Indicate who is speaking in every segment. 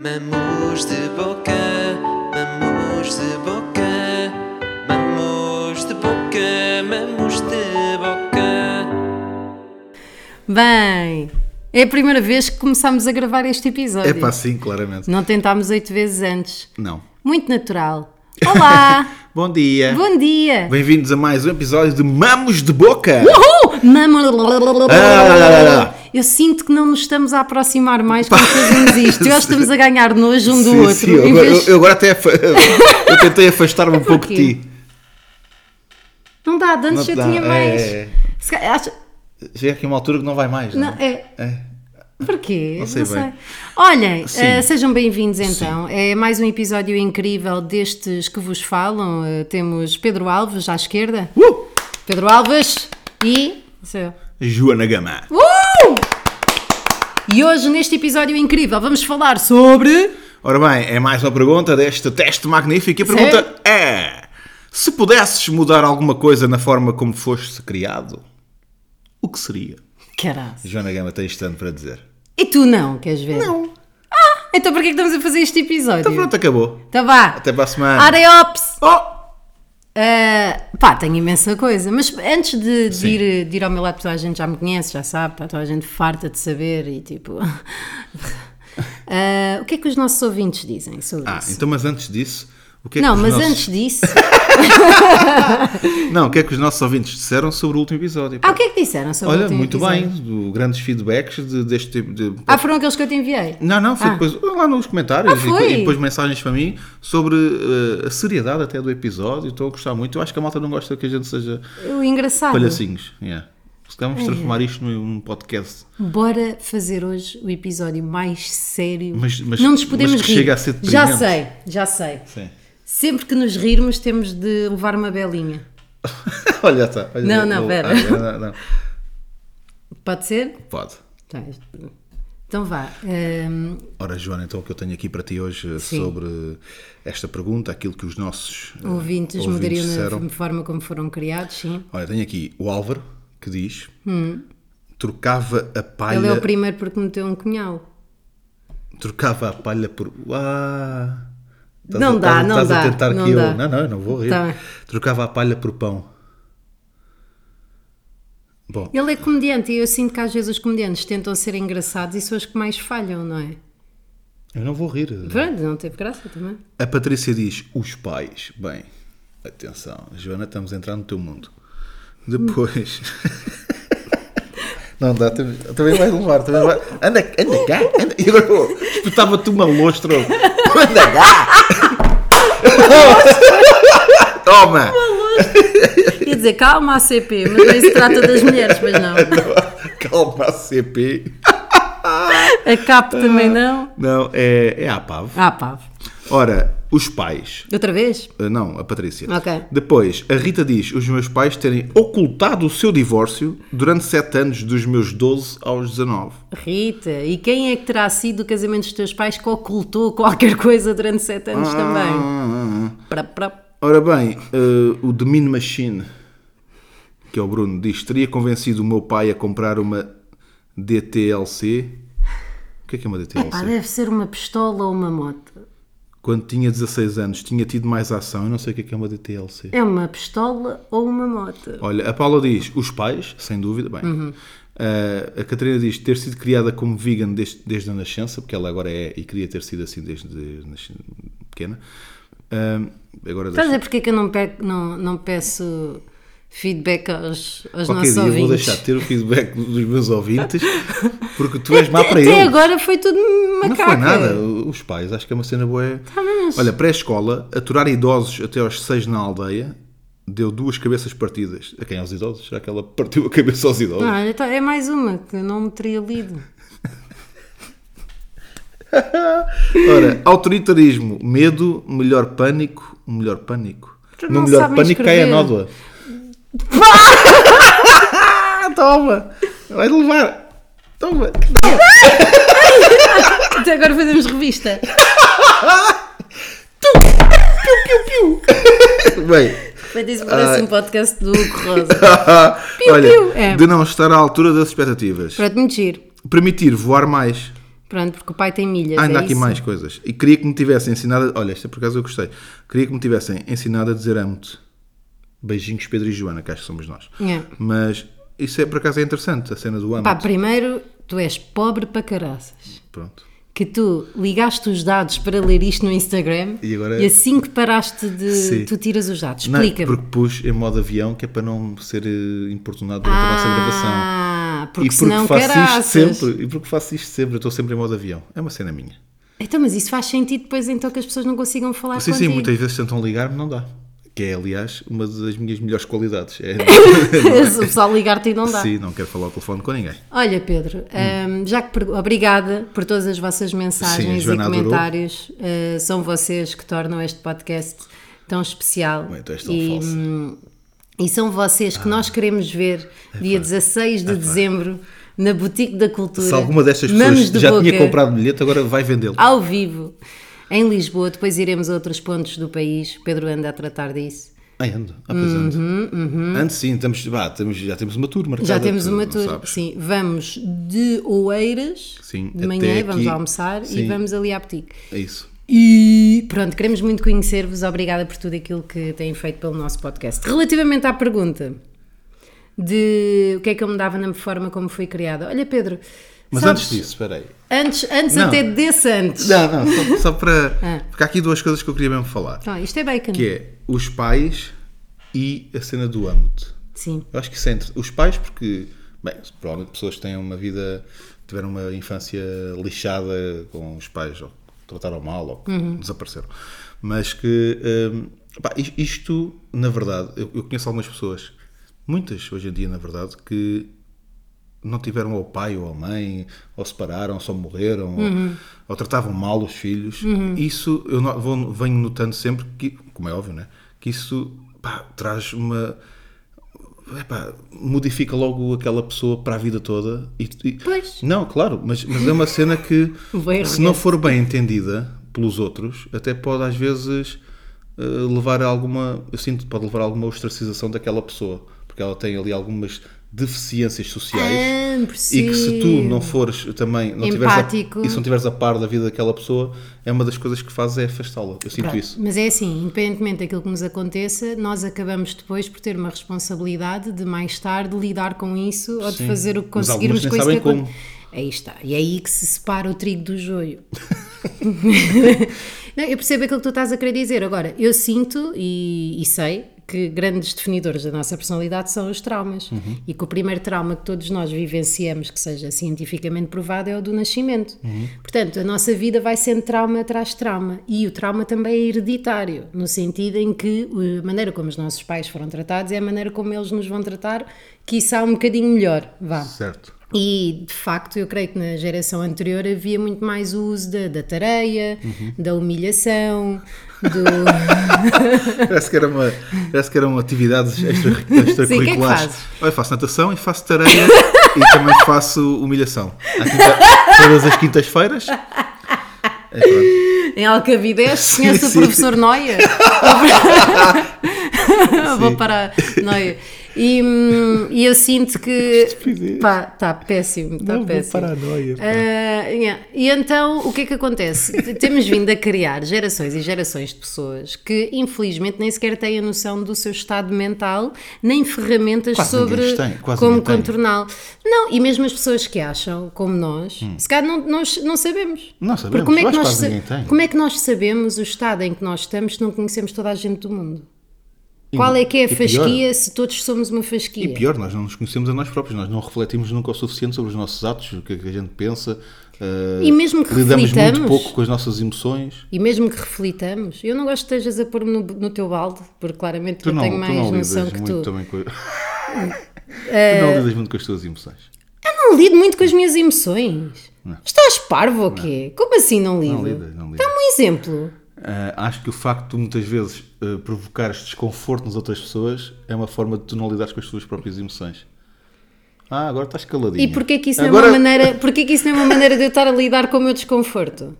Speaker 1: Mamus de boca, mamus de boca, mamus de boca, mamus de boca.
Speaker 2: Bem, é a primeira vez que começámos a gravar este episódio.
Speaker 3: É pá, sim, claramente.
Speaker 2: Não tentámos oito vezes antes.
Speaker 3: Não.
Speaker 2: Muito natural. Olá!
Speaker 3: Bom dia.
Speaker 2: Bom dia!
Speaker 3: Bem-vindos a mais um episódio de Mamos de Boca.
Speaker 2: Uhul! Mama-
Speaker 3: Ah!
Speaker 2: Eu sinto que não nos estamos a aproximar mais quando fazemos isto. Eu acho que estamos a ganhar nojo um do
Speaker 3: sim,
Speaker 2: outro.
Speaker 3: sim, eu,
Speaker 2: em
Speaker 3: agora-
Speaker 2: vez-
Speaker 3: eu- eu agora até afa- eu tentei afastar-me um pouco de
Speaker 2: porquê?
Speaker 3: ti.
Speaker 2: Não dá, de
Speaker 3: Não
Speaker 2: antes
Speaker 3: te
Speaker 2: eu
Speaker 3: dá,
Speaker 2: tinha
Speaker 3: é,
Speaker 2: mais.
Speaker 3: é, é.
Speaker 2: Se calhar- acho-
Speaker 3: Chega aqui uma altura que não vai mais,
Speaker 2: Não,
Speaker 3: não é?
Speaker 2: é. Porquê?
Speaker 3: Não sei bem.
Speaker 2: Olhem,
Speaker 3: Sim.
Speaker 2: eh, sejam bem-vindos então. É mais um episódio incrível destes que vos falam. Eh, temos Pedro Alves à esquerda.
Speaker 3: Uh!
Speaker 2: Pedro Alves e. seu.
Speaker 3: Joana Gama.
Speaker 2: Uh! E hoje, neste episódio incrível, vamos falar sobre.
Speaker 3: Ora bem, é mais uma pergunta deste teste magnífico. E a pergunta é: se pudesses mudar alguma coisa na forma como foste criado, o que seria?
Speaker 2: Caralho.
Speaker 3: Joana Gama tem tanto para dizer.
Speaker 2: E tu não, queres ver?
Speaker 3: Não.
Speaker 2: Ah, então porquê que estamos a fazer este episódio?
Speaker 3: Então pronto, acabou.
Speaker 2: Então vá. é
Speaker 3: Até para a semana.
Speaker 2: Areops!
Speaker 3: Oh!
Speaker 2: Uh, pá, tenho imensa coisa, mas antes de, de
Speaker 3: Sim.
Speaker 2: ir, de ir ao meu lado, toda a gente já me conhece, já sabe, pá, toda a gente farta de saber e tipo. Uh, o que é que os nossos ouvintes dizem sobre
Speaker 3: Ah,
Speaker 2: isso?
Speaker 3: então, mas antes disso, o que é
Speaker 2: não,
Speaker 3: que os
Speaker 2: mas
Speaker 3: nossos...
Speaker 2: antes disso.
Speaker 3: Não, o que é que os nossos ouvintes disseram sobre o último episódio? pá?
Speaker 2: Ah, o que é que disseram sobre o
Speaker 3: Olha,
Speaker 2: último
Speaker 3: muito
Speaker 2: episódio?
Speaker 3: bem, do- grandes feedbacks de- deste tipo de.
Speaker 2: Ah, foram aqueles que eu te enviei?
Speaker 3: Não, não, foi
Speaker 2: Ah.
Speaker 3: depois lá nos comentários
Speaker 2: Ah,
Speaker 3: e-
Speaker 2: foi?
Speaker 3: e depois mensagens para mim sobre eh, a seriedade até do episódio. Estou a gostar muito. Eu acho que a malta não gosta que a gente seja
Speaker 2: O engraçado.
Speaker 3: palhacinhos. Yeah. Se calhar
Speaker 2: É.
Speaker 3: vamos transformar isto num num podcast.
Speaker 2: Bora fazer hoje o episódio mais sério.
Speaker 3: Mas- mas-
Speaker 2: não nos
Speaker 3: mas
Speaker 2: podemos
Speaker 3: que
Speaker 2: rir.
Speaker 3: chega a ser
Speaker 2: já
Speaker 3: deprimente.
Speaker 2: sei, já sei.
Speaker 3: Sim.
Speaker 2: Sempre que nos rirmos, temos de levar uma belinha.
Speaker 3: olha, tá. olha,
Speaker 2: Não, não,
Speaker 3: eu-
Speaker 2: pera.
Speaker 3: ah, não, não, não.
Speaker 2: Pode ser?
Speaker 3: Pode.
Speaker 2: Tá, Então vá. hum,
Speaker 3: Ora, Joana, então o que eu tenho aqui para ti hoje eh,
Speaker 2: Sim.
Speaker 3: sobre esta pergunta, aquilo que os nossos eh,
Speaker 2: ouvintes,
Speaker 3: ouvintes
Speaker 2: mudariam
Speaker 3: disseram.
Speaker 2: na forma como foram criados, sim.
Speaker 3: Olha, tenho aqui o Álvaro que diz: trocava a palha,
Speaker 2: Hum. Ele é o primeiro porque meteu um cunhal.
Speaker 3: trocava a palha por. Ah, Estás
Speaker 2: Não
Speaker 3: a-
Speaker 2: dá,
Speaker 3: estás-
Speaker 2: não
Speaker 3: estás
Speaker 2: dá,
Speaker 3: a tentar
Speaker 2: não
Speaker 3: que
Speaker 2: dá.
Speaker 3: eu. Não, não, eu não vou rir.
Speaker 2: Tá bem.
Speaker 3: Trocava a palha por pão. Bom,
Speaker 2: Ele é comediante e eu sinto que às vezes os comediantes tentam ser engraçados e são os que mais falham, não é?
Speaker 3: eu não vou rir. eh,
Speaker 2: Pronto, não teve graça também.
Speaker 3: A Patrícia diz: os pais. Bem, atenção, Joana, estamos a entrar no teu mundo. Depois. Não dá, também, também vais levar. Também vai. Anda, anda cá. Anda. E agora pô, espetava-te uma lostra. Anda cá. Toma.
Speaker 2: Ia dizer, calma, ACP, mas bem se trata das mulheres, mas não.
Speaker 3: Calma, CP.
Speaker 2: A CAP também não.
Speaker 3: Não, é, é a PAV.
Speaker 2: Ah, pá.
Speaker 3: Ora, os pais.
Speaker 2: Outra vez?
Speaker 3: Uh, Não, a Patrícia.
Speaker 2: Ok.
Speaker 3: Depois, a Rita diz: os meus pais terem ocultado o seu divórcio durante 7 anos, dos meus 12 aos 19.
Speaker 2: Rita, e quem é que terá sido o casamento dos teus pais que ocultou qualquer coisa durante sete anos também?
Speaker 3: Ah, ah, ah.
Speaker 2: Pra, pra.
Speaker 3: Ora bem, uh, o The Mean Machine, que é o Bruno, diz: teria convencido o meu pai a comprar uma DTLC. O que é que é uma DTLC?
Speaker 2: Pá, deve ser uma pistola ou uma moto.
Speaker 3: Quando tinha 16 anos, tinha tido mais ação. Eu não sei o que é que é uma DTLC.
Speaker 2: É uma pistola ou uma moto?
Speaker 3: Olha, a Paula diz os pais, sem dúvida, bem.
Speaker 2: Uhum.
Speaker 3: Ah, a Catarina diz ter sido criada como vegan desde, desde a nascença, porque ela agora é e queria ter sido assim desde, desde nasc- pequena. Ah, agora
Speaker 2: Estás a
Speaker 3: deixa-
Speaker 2: ver porque é que eu não, pe- não- não peço feedback aos, aos
Speaker 3: Qualquer
Speaker 2: nossos
Speaker 3: dia
Speaker 2: ouvintes?
Speaker 3: vou deixar de ter o feedback dos meus ouvintes, porque tu és má para
Speaker 2: Até
Speaker 3: eles.
Speaker 2: agora foi tudo macaca. Tá
Speaker 3: Não foi nada, os pais, acho que é uma cena boa. Olha, pré-escola, aturar idosos até aos 6 na aldeia, deu duas cabeças partidas. A quem? Aos idosos? Será que ela partiu a cabeça aos idosos?
Speaker 2: Ah, então é mais uma que eu não me teria lido.
Speaker 3: Ora, autoritarismo, medo, melhor pânico, melhor pânico.
Speaker 2: Tu
Speaker 3: No
Speaker 2: não
Speaker 3: melhor
Speaker 2: sabem
Speaker 3: pânico cai a
Speaker 2: escrever.
Speaker 3: nódoa. Ah, toma! Vai levar! Toma!
Speaker 2: Até agora fazemos revista.
Speaker 3: Bem,
Speaker 2: Mas isso parece um podcast do Hugo Rosa.
Speaker 3: olha,
Speaker 2: piu. É.
Speaker 3: de não estar à altura das expectativas.
Speaker 2: Pronto, muito giro.
Speaker 3: Permitir voar mais.
Speaker 2: Pronto, porque o pai tem milhas.
Speaker 3: Ah, ainda
Speaker 2: é
Speaker 3: há aqui
Speaker 2: isso?
Speaker 3: mais coisas. E queria que me tivessem ensinado. a- Olha, esta por acaso eu gostei. Queria que me tivessem ensinado a dizer amo-te. Beijinhos, Pedro e Joana, que acho que somos nós.
Speaker 2: É.
Speaker 3: Mas isso é por acaso é interessante, a cena do amo.
Speaker 2: Pá, primeiro, tu és pobre para caraças.
Speaker 3: Pronto.
Speaker 2: Que tu ligaste os dados para ler isto no Instagram
Speaker 3: E agora-
Speaker 2: assim que paraste de.
Speaker 3: Sim.
Speaker 2: Tu tiras os dados.
Speaker 3: Não,
Speaker 2: Explica-me.
Speaker 3: porque pus em modo avião que é para não ser eh, importunado durante a nossa gravação.
Speaker 2: Ah, porque,
Speaker 3: e porque
Speaker 2: senão
Speaker 3: faço
Speaker 2: caraças.
Speaker 3: isto sempre, e porque faço isto sempre, eu estou sempre em modo avião. É uma cena minha.
Speaker 2: Então, mas isso faz sentido depois então que as pessoas não consigam falar
Speaker 3: Sim, sim,
Speaker 2: contigo.
Speaker 3: muitas vezes tentam ligar-me, não dá. Que é, aliás, uma das minhas melhores qualidades. É,
Speaker 2: o pessoal ligar-te e não dá.
Speaker 3: sim, não quero falar ao telefone com ninguém.
Speaker 2: Olha, Pedro, hum, já que per- obrigada por todas as vossas
Speaker 3: Sim, a
Speaker 2: mensagens e
Speaker 3: Joana adorou.
Speaker 2: comentários. Uh, são vocês que tornam este podcast tão especial.
Speaker 3: Bem, tu então és tão
Speaker 2: e,
Speaker 3: falsa.
Speaker 2: hum, e são vocês que
Speaker 3: Ah.
Speaker 2: nós queremos ver
Speaker 3: É
Speaker 2: dia 16 de dezembro na Boutique da Cultura.
Speaker 3: Se alguma destas
Speaker 2: Mamos
Speaker 3: pessoas
Speaker 2: de
Speaker 3: já
Speaker 2: Boca, Ah.
Speaker 3: tinha comprado bilhete, agora vai vendê-lo.
Speaker 2: Ao vivo, em Lisboa, depois iremos a outros pontos do país. Pedro anda a tratar disso.
Speaker 3: Ai, ando, ah, pois ando. Ando sim, estamos, vá, estamos- já temos uma tour marcada.
Speaker 2: Uhum, Já temos
Speaker 3: tu
Speaker 2: uma
Speaker 3: não
Speaker 2: tour,
Speaker 3: sabes.
Speaker 2: sim. Vamos de Oeiras
Speaker 3: Sim,
Speaker 2: de manhã,
Speaker 3: até
Speaker 2: vamos
Speaker 3: aqui.
Speaker 2: almoçar e
Speaker 3: Sim.
Speaker 2: vamos ali à boutique.
Speaker 3: É isso.
Speaker 2: E pronto, queremos muito conhecer-vos. Obrigada por tudo aquilo que têm feito pelo nosso podcast. Relativamente à pergunta de o que é que eu me dava na forma como fui criada. Olha, Pedro,
Speaker 3: Mas
Speaker 2: sabes-
Speaker 3: antes disso, espera aí.
Speaker 2: antes, antes
Speaker 3: Não.
Speaker 2: até desse antes.
Speaker 3: Não, não, só, só para.
Speaker 2: Ah.
Speaker 3: Porque há aqui duas coisas que eu queria mesmo falar:
Speaker 2: Então, isto é bacon.
Speaker 3: que é os pais e a cena do âmbito.
Speaker 2: Sim.
Speaker 3: Eu acho que isso é entre os pais, porque, bem, provavelmente pessoas que têm uma vida, tiveram uma infância lixada com os pais, ou que trataram mal, ou que desapareceram. Mas que, hum, pá, is- isto, na verdade, eu, eu conheço algumas pessoas, muitas hoje em dia, na verdade, que não tiveram ao pai ou à mãe, ou separaram, ou só morreram, ou- ou, tratavam mal os filhos. Isso eu no- vou- venho notando sempre, que, como é óbvio, né? que isso pá, traz uma. epá, modifica logo aquela pessoa para a vida toda. E, e-
Speaker 2: Pois.
Speaker 3: Não, claro, mas, mas é uma cena que,
Speaker 2: Bem
Speaker 3: se não for bem entendida pelos outros, até pode às vezes eh, levar a alguma. Eu sinto que pode levar a alguma ostracização daquela pessoa, porque ela tem ali algumas deficiências sociais
Speaker 2: Ah,
Speaker 3: e que se tu
Speaker 2: percebo.
Speaker 3: não fores também não tiveres a,
Speaker 2: Empático.
Speaker 3: e se não tiveres a par da vida daquela pessoa é uma das coisas que fazes é afastá-la eu sinto isso
Speaker 2: Mas é assim, independentemente daquilo que nos aconteça, nós acabamos depois por ter uma responsabilidade de mais tarde lidar com isso ou de
Speaker 3: Sim.
Speaker 2: fazer o que
Speaker 3: Mas algumas
Speaker 2: conseguirmos
Speaker 3: nem
Speaker 2: com isso que
Speaker 3: sabem
Speaker 2: acon-
Speaker 3: como.
Speaker 2: Aí está. E é aí que se separa o trigo do joio. Não, eu percebo aquilo que tu estás a querer dizer. Agora, eu sinto e, e sei que grandes definidores da nossa personalidade são os traumas. E que o primeiro trauma que todos nós vivenciamos, que seja cientificamente provado, é o do nascimento. Portanto, a nossa vida vai sendo trauma atrás de trauma. E o trauma também é hereditário, no sentido em que uh, a maneira como os nossos pais foram tratados é a maneira como eles nos vão tratar, que isso um bocadinho melhor. Vá.
Speaker 3: certo
Speaker 2: E de facto, eu creio que na geração anterior havia muito mais o uso da, da tareia, da humilhação, do.
Speaker 3: parece que era uma parece que eram atividades extra,
Speaker 2: Sim, o que é que
Speaker 3: extracurriculares
Speaker 2: fazes?
Speaker 3: Olha, eu faço natação e faço tareia e também faço humilhação À quinta- todas as quintas-feiras É, pronto.
Speaker 2: em Alcavidez,
Speaker 3: Sim,
Speaker 2: conhece o
Speaker 3: sim.
Speaker 2: professor Noia. Vou para- Vou
Speaker 3: Sim.
Speaker 2: para Noia. E, hum, e eu sinto que. Pá, está péssimo, está
Speaker 3: Não, vou
Speaker 2: péssimo.
Speaker 3: para a Noia, pá.
Speaker 2: Ah, yeah. E então, o que é que acontece? T- Temos vindo a criar gerações e gerações de pessoas que, infelizmente, nem sequer têm a noção do seu estado mental, nem ferramentas
Speaker 3: Quase ninguém
Speaker 2: sobre
Speaker 3: os tem, quase
Speaker 2: como
Speaker 3: ninguém tem.
Speaker 2: contorná-lo. Não, e mesmo as pessoas que acham, como nós, se calhar não, nós não sabemos.
Speaker 3: Hum. Não sabemos,
Speaker 2: Porque como é
Speaker 3: eu
Speaker 2: que
Speaker 3: acho que
Speaker 2: nós
Speaker 3: quase
Speaker 2: sa-
Speaker 3: ninguém tem.
Speaker 2: como é que nós sabemos o estado em que nós estamos se não conhecemos toda a gente do mundo? Qual é que é a
Speaker 3: e pior-
Speaker 2: fasquia se todos somos uma fasquia?
Speaker 3: e pior nós não nos conhecemos a nós próprios nós não refletimos nunca o suficiente sobre os nossos atos o que, é que a gente pensa eh,
Speaker 2: E mesmo que
Speaker 3: lidamos
Speaker 2: reflitamos-
Speaker 3: muito pouco com as nossas emoções
Speaker 2: E mesmo que reflitamos, eu não gosto que estejas a pôr-me no, no teu balde, porque claramente
Speaker 3: Tu
Speaker 2: eu
Speaker 3: não,
Speaker 2: tenho
Speaker 3: tu
Speaker 2: mais
Speaker 3: não lidas
Speaker 2: noção que tu.
Speaker 3: muito
Speaker 2: Eh,
Speaker 3: também com. tu não lidas muito com as tuas emoções.
Speaker 2: Não lido muito com as minhas emoções. Estás parvo ou quê? Como assim não lido?
Speaker 3: Não lidas, não lidas.
Speaker 2: Dá-me um exemplo.
Speaker 3: Ah, acho que o facto de tu muitas vezes ah, provocares desconforto nas outras pessoas é uma forma de tu não lidares com as tuas próprias emoções. Ah, agora estás caladinho.
Speaker 2: E porquê que, isso
Speaker 3: agora...
Speaker 2: não é uma maneira, porquê que isso não é uma maneira de eu estar a lidar com o meu desconforto?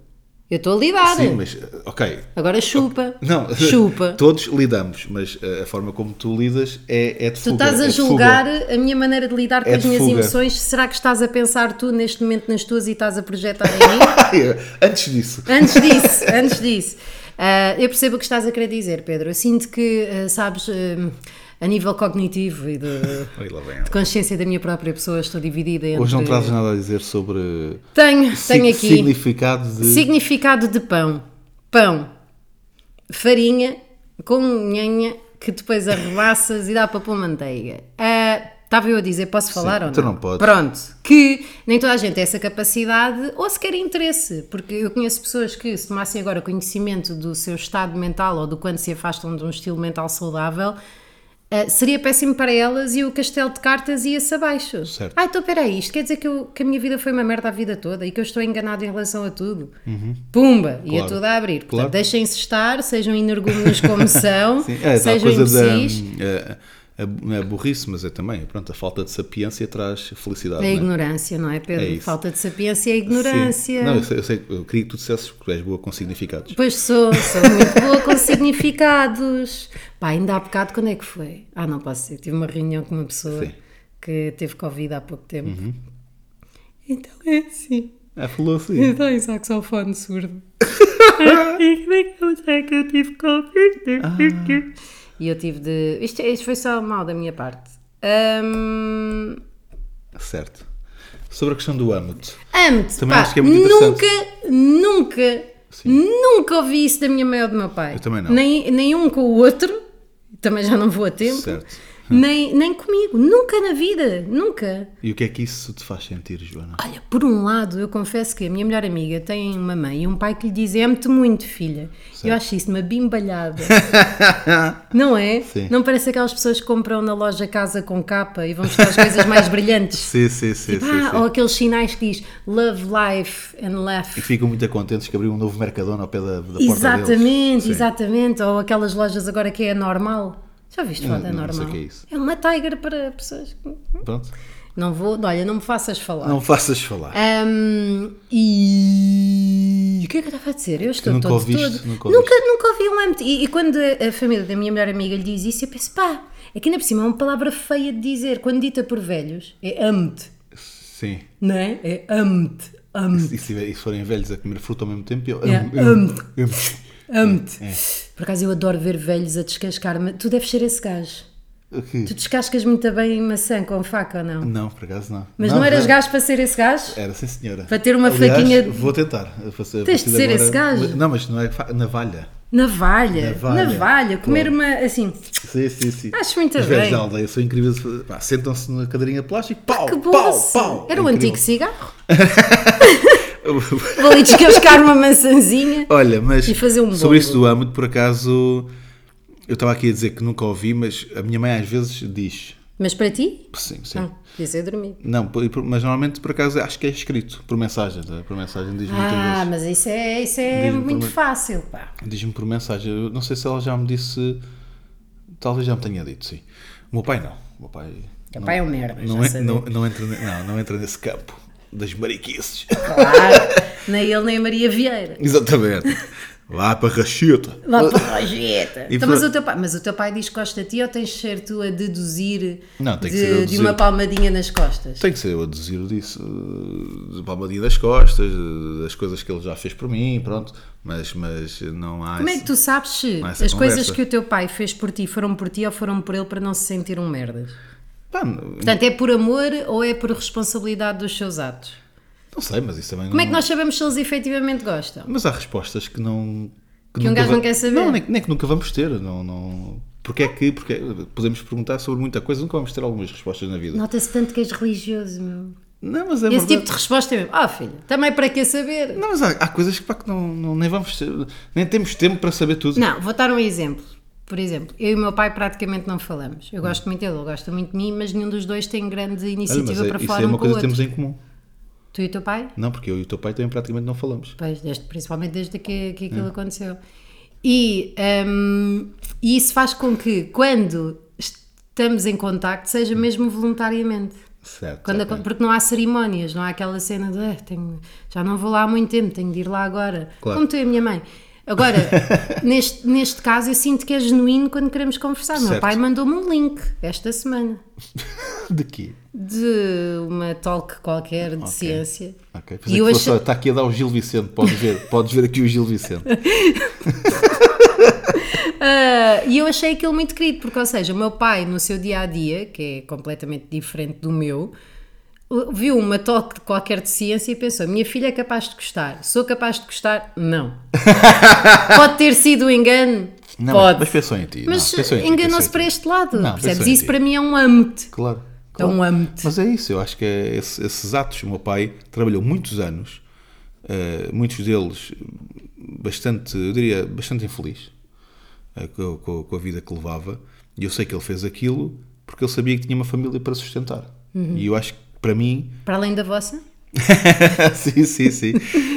Speaker 2: Eu estou a lidar.
Speaker 3: Sim, mas eh, ok.
Speaker 2: Agora chupa.
Speaker 3: Não,
Speaker 2: Chupa.
Speaker 3: todos lidamos, mas eh, a forma como tu lidas é, é de
Speaker 2: Tu
Speaker 3: fuga.
Speaker 2: estás
Speaker 3: é
Speaker 2: a
Speaker 3: de fuga.
Speaker 2: julgar a minha maneira de lidar com
Speaker 3: É
Speaker 2: as
Speaker 3: de
Speaker 2: minhas
Speaker 3: fuga.
Speaker 2: emoções. Será que estás a pensar tu neste momento nas tuas e estás a projetar em mim?
Speaker 3: eh, Antes disso,
Speaker 2: antes disso, antes disso. Ah, eu percebo o que estás a querer dizer, Pedro. Eu sinto que, ah, sabes, ah, a nível cognitivo e de,
Speaker 3: Ai, lá vem ela.
Speaker 2: de consciência da minha própria pessoa, estou dividida entre.
Speaker 3: hoje não trazes nada a dizer sobre
Speaker 2: Tenho, tenho
Speaker 3: sig-
Speaker 2: aqui.
Speaker 3: significado de.
Speaker 2: Significado de pão. Pão. Farinha com nhanha que depois arremassas e dá para pôr manteiga. Ah, Estava eu a dizer, posso falar ou não?
Speaker 3: tu não podes.
Speaker 2: Pronto, que nem toda a gente tem essa capacidade ou sequer interesse, porque eu conheço pessoas que se tomassem agora conhecimento do seu estado mental ou do quanto se afastam de um estilo mental saudável, ah, seria péssimo para elas e o castelo de cartas ia-se abaixo.
Speaker 3: Certo.
Speaker 2: Ah, então peraí, isto quer dizer que, eu- que a minha vida foi uma merda a vida toda e que eu estou enganado em relação a tudo. Pumba! Ia
Speaker 3: Uhum. Claro.
Speaker 2: tudo a abrir.
Speaker 3: Claro.
Speaker 2: Portanto, deixem-se estar, sejam energúmenos como são,
Speaker 3: Sim, é, tal
Speaker 2: sejam
Speaker 3: coisa
Speaker 2: imbecis.
Speaker 3: da. A, a, não é burrice, mas é também. Pronto, a falta de sapiência traz felicidade.
Speaker 2: A
Speaker 3: não é?
Speaker 2: ignorância, não é,
Speaker 3: É
Speaker 2: Pedro?
Speaker 3: isso.
Speaker 2: Falta de sapiência é
Speaker 3: Sim.
Speaker 2: ignorância.
Speaker 3: Não, eu sei, eu sei, eu queria que tu dissesses que tu és boa com significados.
Speaker 2: Pois sou, sou muito boa com significados. Pá, ainda há bocado, quando é que foi? Ah, não posso dizer, tive uma reunião com uma pessoa
Speaker 3: Sim.
Speaker 2: que teve Covid há pouco tempo. Então é assim.
Speaker 3: Ah, falou assim.
Speaker 2: dei saxofone surdo. é que eu tive Covid. E eu tive de. Isto, isto foi só mal da minha parte. Hum,
Speaker 3: certo. Sobre a questão do âmbito.
Speaker 2: Amo-te.
Speaker 3: Também
Speaker 2: pá,
Speaker 3: acho que é muito
Speaker 2: nunca, nunca, nunca ouvi isso da minha mãe ou do meu pai.
Speaker 3: Eu também não.
Speaker 2: Nem, nem um com o outro, também já não vou a tempo.
Speaker 3: Certo.
Speaker 2: Nem, nem comigo, nunca na vida, nunca.
Speaker 3: E o que é que isso te faz sentir, Joana?
Speaker 2: Olha, por um lado, eu confesso que a minha melhor amiga tem uma mãe e um pai que lhe dizem amo-te muito, filha. Eu acho isso uma bimbalhada. não é?
Speaker 3: Sim.
Speaker 2: Não parece aquelas pessoas que compram na loja casa com capa e vão buscar as coisas mais brilhantes.
Speaker 3: Sim, sim, sim.
Speaker 2: Ah, ou aqueles sinais que diz love life and laugh.
Speaker 3: E ficam muito contentes que abriu um novo Mercadona ao pé da, da porta deles.
Speaker 2: Exatamente,
Speaker 3: Sim.
Speaker 2: exatamente. Ou aquelas lojas agora que é normal. Já viste foda
Speaker 3: não, não
Speaker 2: normal?
Speaker 3: sei o que é isso.
Speaker 2: É uma tiger para pessoas que.
Speaker 3: Pronto.
Speaker 2: Não vou, olha, não me faças falar.
Speaker 3: Não faças falar.
Speaker 2: Ahm, e o que é que eu estava a dizer? Eu estou
Speaker 3: nunca
Speaker 2: todo,
Speaker 3: ouviste,
Speaker 2: todo.
Speaker 3: nunca
Speaker 2: Nunca,
Speaker 3: ouviste.
Speaker 2: nunca, ouvi um âmbito. E, e quando a, a família da minha melhor amiga lhe diz isso, eu penso, pá, aqui ainda por cima é uma palavra feia de dizer. Quando dita por velhos, é âmbito,
Speaker 3: Sim.
Speaker 2: não é? É âmbito, âmbito.
Speaker 3: E se, tiver- e se forem velhos a comer fruta ao mesmo tempo, eu.
Speaker 2: Yeah.
Speaker 3: Hum, hum,
Speaker 2: Amo-te.
Speaker 3: é.
Speaker 2: Por acaso eu adoro ver velhos a descascar-me. Tu deves ser esse gajo.
Speaker 3: hum. O quê?
Speaker 2: Tu descascas muito bem maçã com faca ou não?
Speaker 3: Não, por acaso não.
Speaker 2: Mas não, eras
Speaker 3: velho.
Speaker 2: gajo para ser esse gajo?
Speaker 3: Era, sim senhora.
Speaker 2: Para ter uma
Speaker 3: Aliás,
Speaker 2: faquinha de-
Speaker 3: Vou tentar. a fazer- a
Speaker 2: Tens de
Speaker 3: partir
Speaker 2: ser
Speaker 3: agora-
Speaker 2: esse gajo.
Speaker 3: Mas- Não, mas não é fa- navalha.
Speaker 2: Navalha.
Speaker 3: Navalha.
Speaker 2: Navalha. Comer
Speaker 3: Claro.
Speaker 2: uma assim.
Speaker 3: Sim, sim, sim.
Speaker 2: Acho muito
Speaker 3: Os velhos
Speaker 2: bem.
Speaker 3: da aldeia são incríveis. Pá, Sentam-se na cadeirinha de plástico. Pau,
Speaker 2: Que
Speaker 3: pau,
Speaker 2: bolso.
Speaker 3: pau. É
Speaker 2: Era um
Speaker 3: Incrível.
Speaker 2: antigo cigarro. Vou ali descascar uma maçãzinha.
Speaker 3: Olha, mas
Speaker 2: E fazer um bolo.
Speaker 3: sobre isso do âmbito, por acaso, eu estava aqui a dizer que nunca ouvi, mas a minha mãe às vezes diz.
Speaker 2: Mas para ti?
Speaker 3: Sim, sim.
Speaker 2: Ah, podia ser dormir.
Speaker 3: Não, por- mas normalmente por acaso acho que é escrito, por mensagem, tá? por mensagem diz-me muitas
Speaker 2: Ah,
Speaker 3: vezes.
Speaker 2: mas isso é, isso é
Speaker 3: Diz-me
Speaker 2: muito
Speaker 3: primeiro.
Speaker 2: fácil, pá.
Speaker 3: Diz-me por mensagem. Eu não sei se ela já me disse. Talvez já me tenha dito, sim. O meu pai não. O meu pai.
Speaker 2: Teu
Speaker 3: não-
Speaker 2: pai é um merda,
Speaker 3: Não,
Speaker 2: já
Speaker 3: en-
Speaker 2: sabia.
Speaker 3: não, não entra, ne- não, não entra nesse campo das mariquices.
Speaker 2: Claro. nem ele, nem a Maria Vieira.
Speaker 3: Exatamente. Lá para a racheta.
Speaker 2: Vá para a rojeta.
Speaker 3: E
Speaker 2: Então,
Speaker 3: foi-
Speaker 2: mas, o teu pai, mas o teu pai diz que gosta de ti ou tens de ser tu a deduzir
Speaker 3: Não, tem
Speaker 2: de,
Speaker 3: que ser eu a
Speaker 2: de
Speaker 3: deduzir.
Speaker 2: uma palmadinha nas costas?
Speaker 3: Tem que ser eu a dizer disso, eh, de palmadinha das costas, eh, das coisas que ele já fez por mim, pronto. Mas, mas não há.
Speaker 2: Como é
Speaker 3: esse-
Speaker 2: que tu sabes se
Speaker 3: Não há
Speaker 2: as
Speaker 3: essa
Speaker 2: coisas
Speaker 3: conversa.
Speaker 2: que o teu pai fez por ti foram por ti ou foram por ele para não se sentir um merdas?
Speaker 3: Pá, não,
Speaker 2: Portanto, é por amor ou é por responsabilidade dos seus atos?
Speaker 3: não sei, mas isso também
Speaker 2: Como é
Speaker 3: não-
Speaker 2: que nós sabemos se eles efetivamente gostam?
Speaker 3: Mas há respostas que não.
Speaker 2: Que um
Speaker 3: nunca
Speaker 2: gajo
Speaker 3: va-
Speaker 2: não quer saber.
Speaker 3: Não, nem, nem que nunca vamos ter. Não, não... Porque é que porque podemos perguntar sobre muita coisa, nunca vamos ter algumas respostas na vida. Não,
Speaker 2: Nota-se tanto que és religioso, meu.
Speaker 3: mas é
Speaker 2: Esse
Speaker 3: verdade.
Speaker 2: tipo de resposta é mesmo. Ah, filho, também para que saber?
Speaker 3: Não, mas há, há coisas que, pá, que não, não- nem vamos ter, nem temos tempo para saber tudo.
Speaker 2: Não, vou dar um exemplo. Por exemplo, eu e o meu pai praticamente não falamos. Eu gosto muito dele, ele gosta muito de mim, mas nenhum dos dois tem grande
Speaker 3: Hum. Olha,
Speaker 2: iniciativa
Speaker 3: mas é-
Speaker 2: para
Speaker 3: isso
Speaker 2: falar
Speaker 3: é
Speaker 2: um
Speaker 3: uma
Speaker 2: com o
Speaker 3: coisa
Speaker 2: outro.
Speaker 3: que temos em comum.
Speaker 2: Tu e o teu pai?
Speaker 3: Não, porque eu e o teu pai também praticamente não falamos.
Speaker 2: Pois, desde- principalmente desde que, que
Speaker 3: Hum.
Speaker 2: aquilo aconteceu. E, hum,
Speaker 3: Hum.
Speaker 2: e isso faz com que, quando estamos em contacto, seja mesmo voluntariamente.
Speaker 3: Certo.
Speaker 2: Quando
Speaker 3: ok.
Speaker 2: acon- Porque não há cerimónias, não há aquela cena de "Ah, tenho- já não vou lá há muito tempo, tenho de ir lá agora.
Speaker 3: Claro.
Speaker 2: Como tu e a minha mãe. Agora, neste, neste caso, eu sinto que é genuíno quando queremos conversar. Meu
Speaker 3: Certo.
Speaker 2: pai mandou-me um link esta semana
Speaker 3: De quê?
Speaker 2: de uma talk qualquer de ciência.
Speaker 3: Ok. é
Speaker 2: E eu achei-
Speaker 3: Está tá aqui a dar o Gil Vicente, podes ver, podes ver aqui o Gil Vicente.
Speaker 2: Ah, e eu achei aquilo muito querido, porque, ou seja, o meu pai, no seu dia a dia, que é completamente diferente do meu, viu uma talk de qualquer de ciência e pensou: minha filha é capaz de gostar, sou capaz de gostar? Não. Pode ter sido um engano?
Speaker 3: Não, mas-
Speaker 2: Pode.
Speaker 3: mas pensou em ti.
Speaker 2: Mas
Speaker 3: não, pensou em ti,
Speaker 2: enganou-se
Speaker 3: pensou
Speaker 2: para
Speaker 3: em ti.
Speaker 2: este lado,
Speaker 3: Não,
Speaker 2: percebes?
Speaker 3: pensou em
Speaker 2: Isso
Speaker 3: ti.
Speaker 2: para mim é um âmbito.
Speaker 3: Claro.
Speaker 2: É um
Speaker 3: claro.
Speaker 2: âmbito.
Speaker 3: Mas é isso, eu acho que é esse- esses atos. O meu pai trabalhou muitos anos, eh, muitos deles bastante, eu diria, bastante infeliz eh, com, com- com a vida que levava. E eu sei que ele fez aquilo porque ele sabia que tinha uma família para sustentar.
Speaker 2: Uhum.
Speaker 3: E eu acho que, para mim,
Speaker 2: Para além da vossa?
Speaker 3: sim, sim, sim.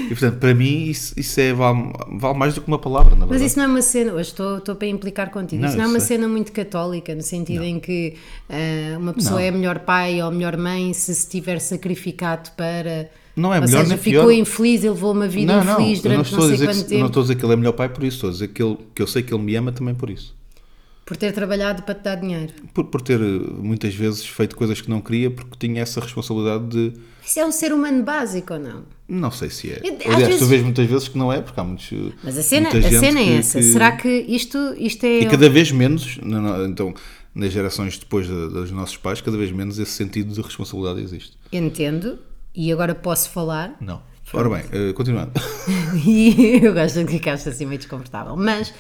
Speaker 3: E portanto, para mim, isso, isso é, vale, vale mais do que uma palavra, na
Speaker 2: Mas
Speaker 3: verdade.
Speaker 2: isso não é uma cena, hoje estou, estou para implicar contigo,
Speaker 3: Não,
Speaker 2: isso não é
Speaker 3: eu
Speaker 2: uma
Speaker 3: sei.
Speaker 2: cena muito católica, no sentido em que ah, uma pessoa
Speaker 3: Não.
Speaker 2: é melhor pai ou melhor mãe se se tiver sacrificado para.
Speaker 3: Não é
Speaker 2: ou
Speaker 3: melhor
Speaker 2: seja,
Speaker 3: nem
Speaker 2: ficou
Speaker 3: pior.
Speaker 2: infeliz, ele levou é uma vida infeliz
Speaker 3: eu
Speaker 2: durante não,
Speaker 3: estou a
Speaker 2: sei
Speaker 3: dizer
Speaker 2: quanto
Speaker 3: que, eu não
Speaker 2: tempo.
Speaker 3: estou a dizer que ele é melhor pai por isso, estou a dizer que, ele, que eu sei que ele me ama também por isso.
Speaker 2: Por ter trabalhado para te dar dinheiro.
Speaker 3: Por, por ter eh, muitas vezes feito coisas que não queria, porque tinha essa responsabilidade de.
Speaker 2: Isso é um ser humano básico ou não?
Speaker 3: Não sei se é.
Speaker 2: E às
Speaker 3: Aliás, tu
Speaker 2: vezes-
Speaker 3: vês muitas vezes que não é, porque há muitos. eh,
Speaker 2: Mas a cena,
Speaker 3: muita
Speaker 2: a
Speaker 3: gente
Speaker 2: cena é
Speaker 3: que-
Speaker 2: essa.
Speaker 3: que-
Speaker 2: Será que isto, isto é.
Speaker 3: E cada vez menos, na- na- então, nas gerações depois da- dos nossos pais, cada vez menos esse sentido de responsabilidade existe.
Speaker 2: Entendo, e agora posso falar.
Speaker 3: Não. Ora bem, eh, continuando.
Speaker 2: e eu gosto de ficar-se assim meio desconfortável. Mas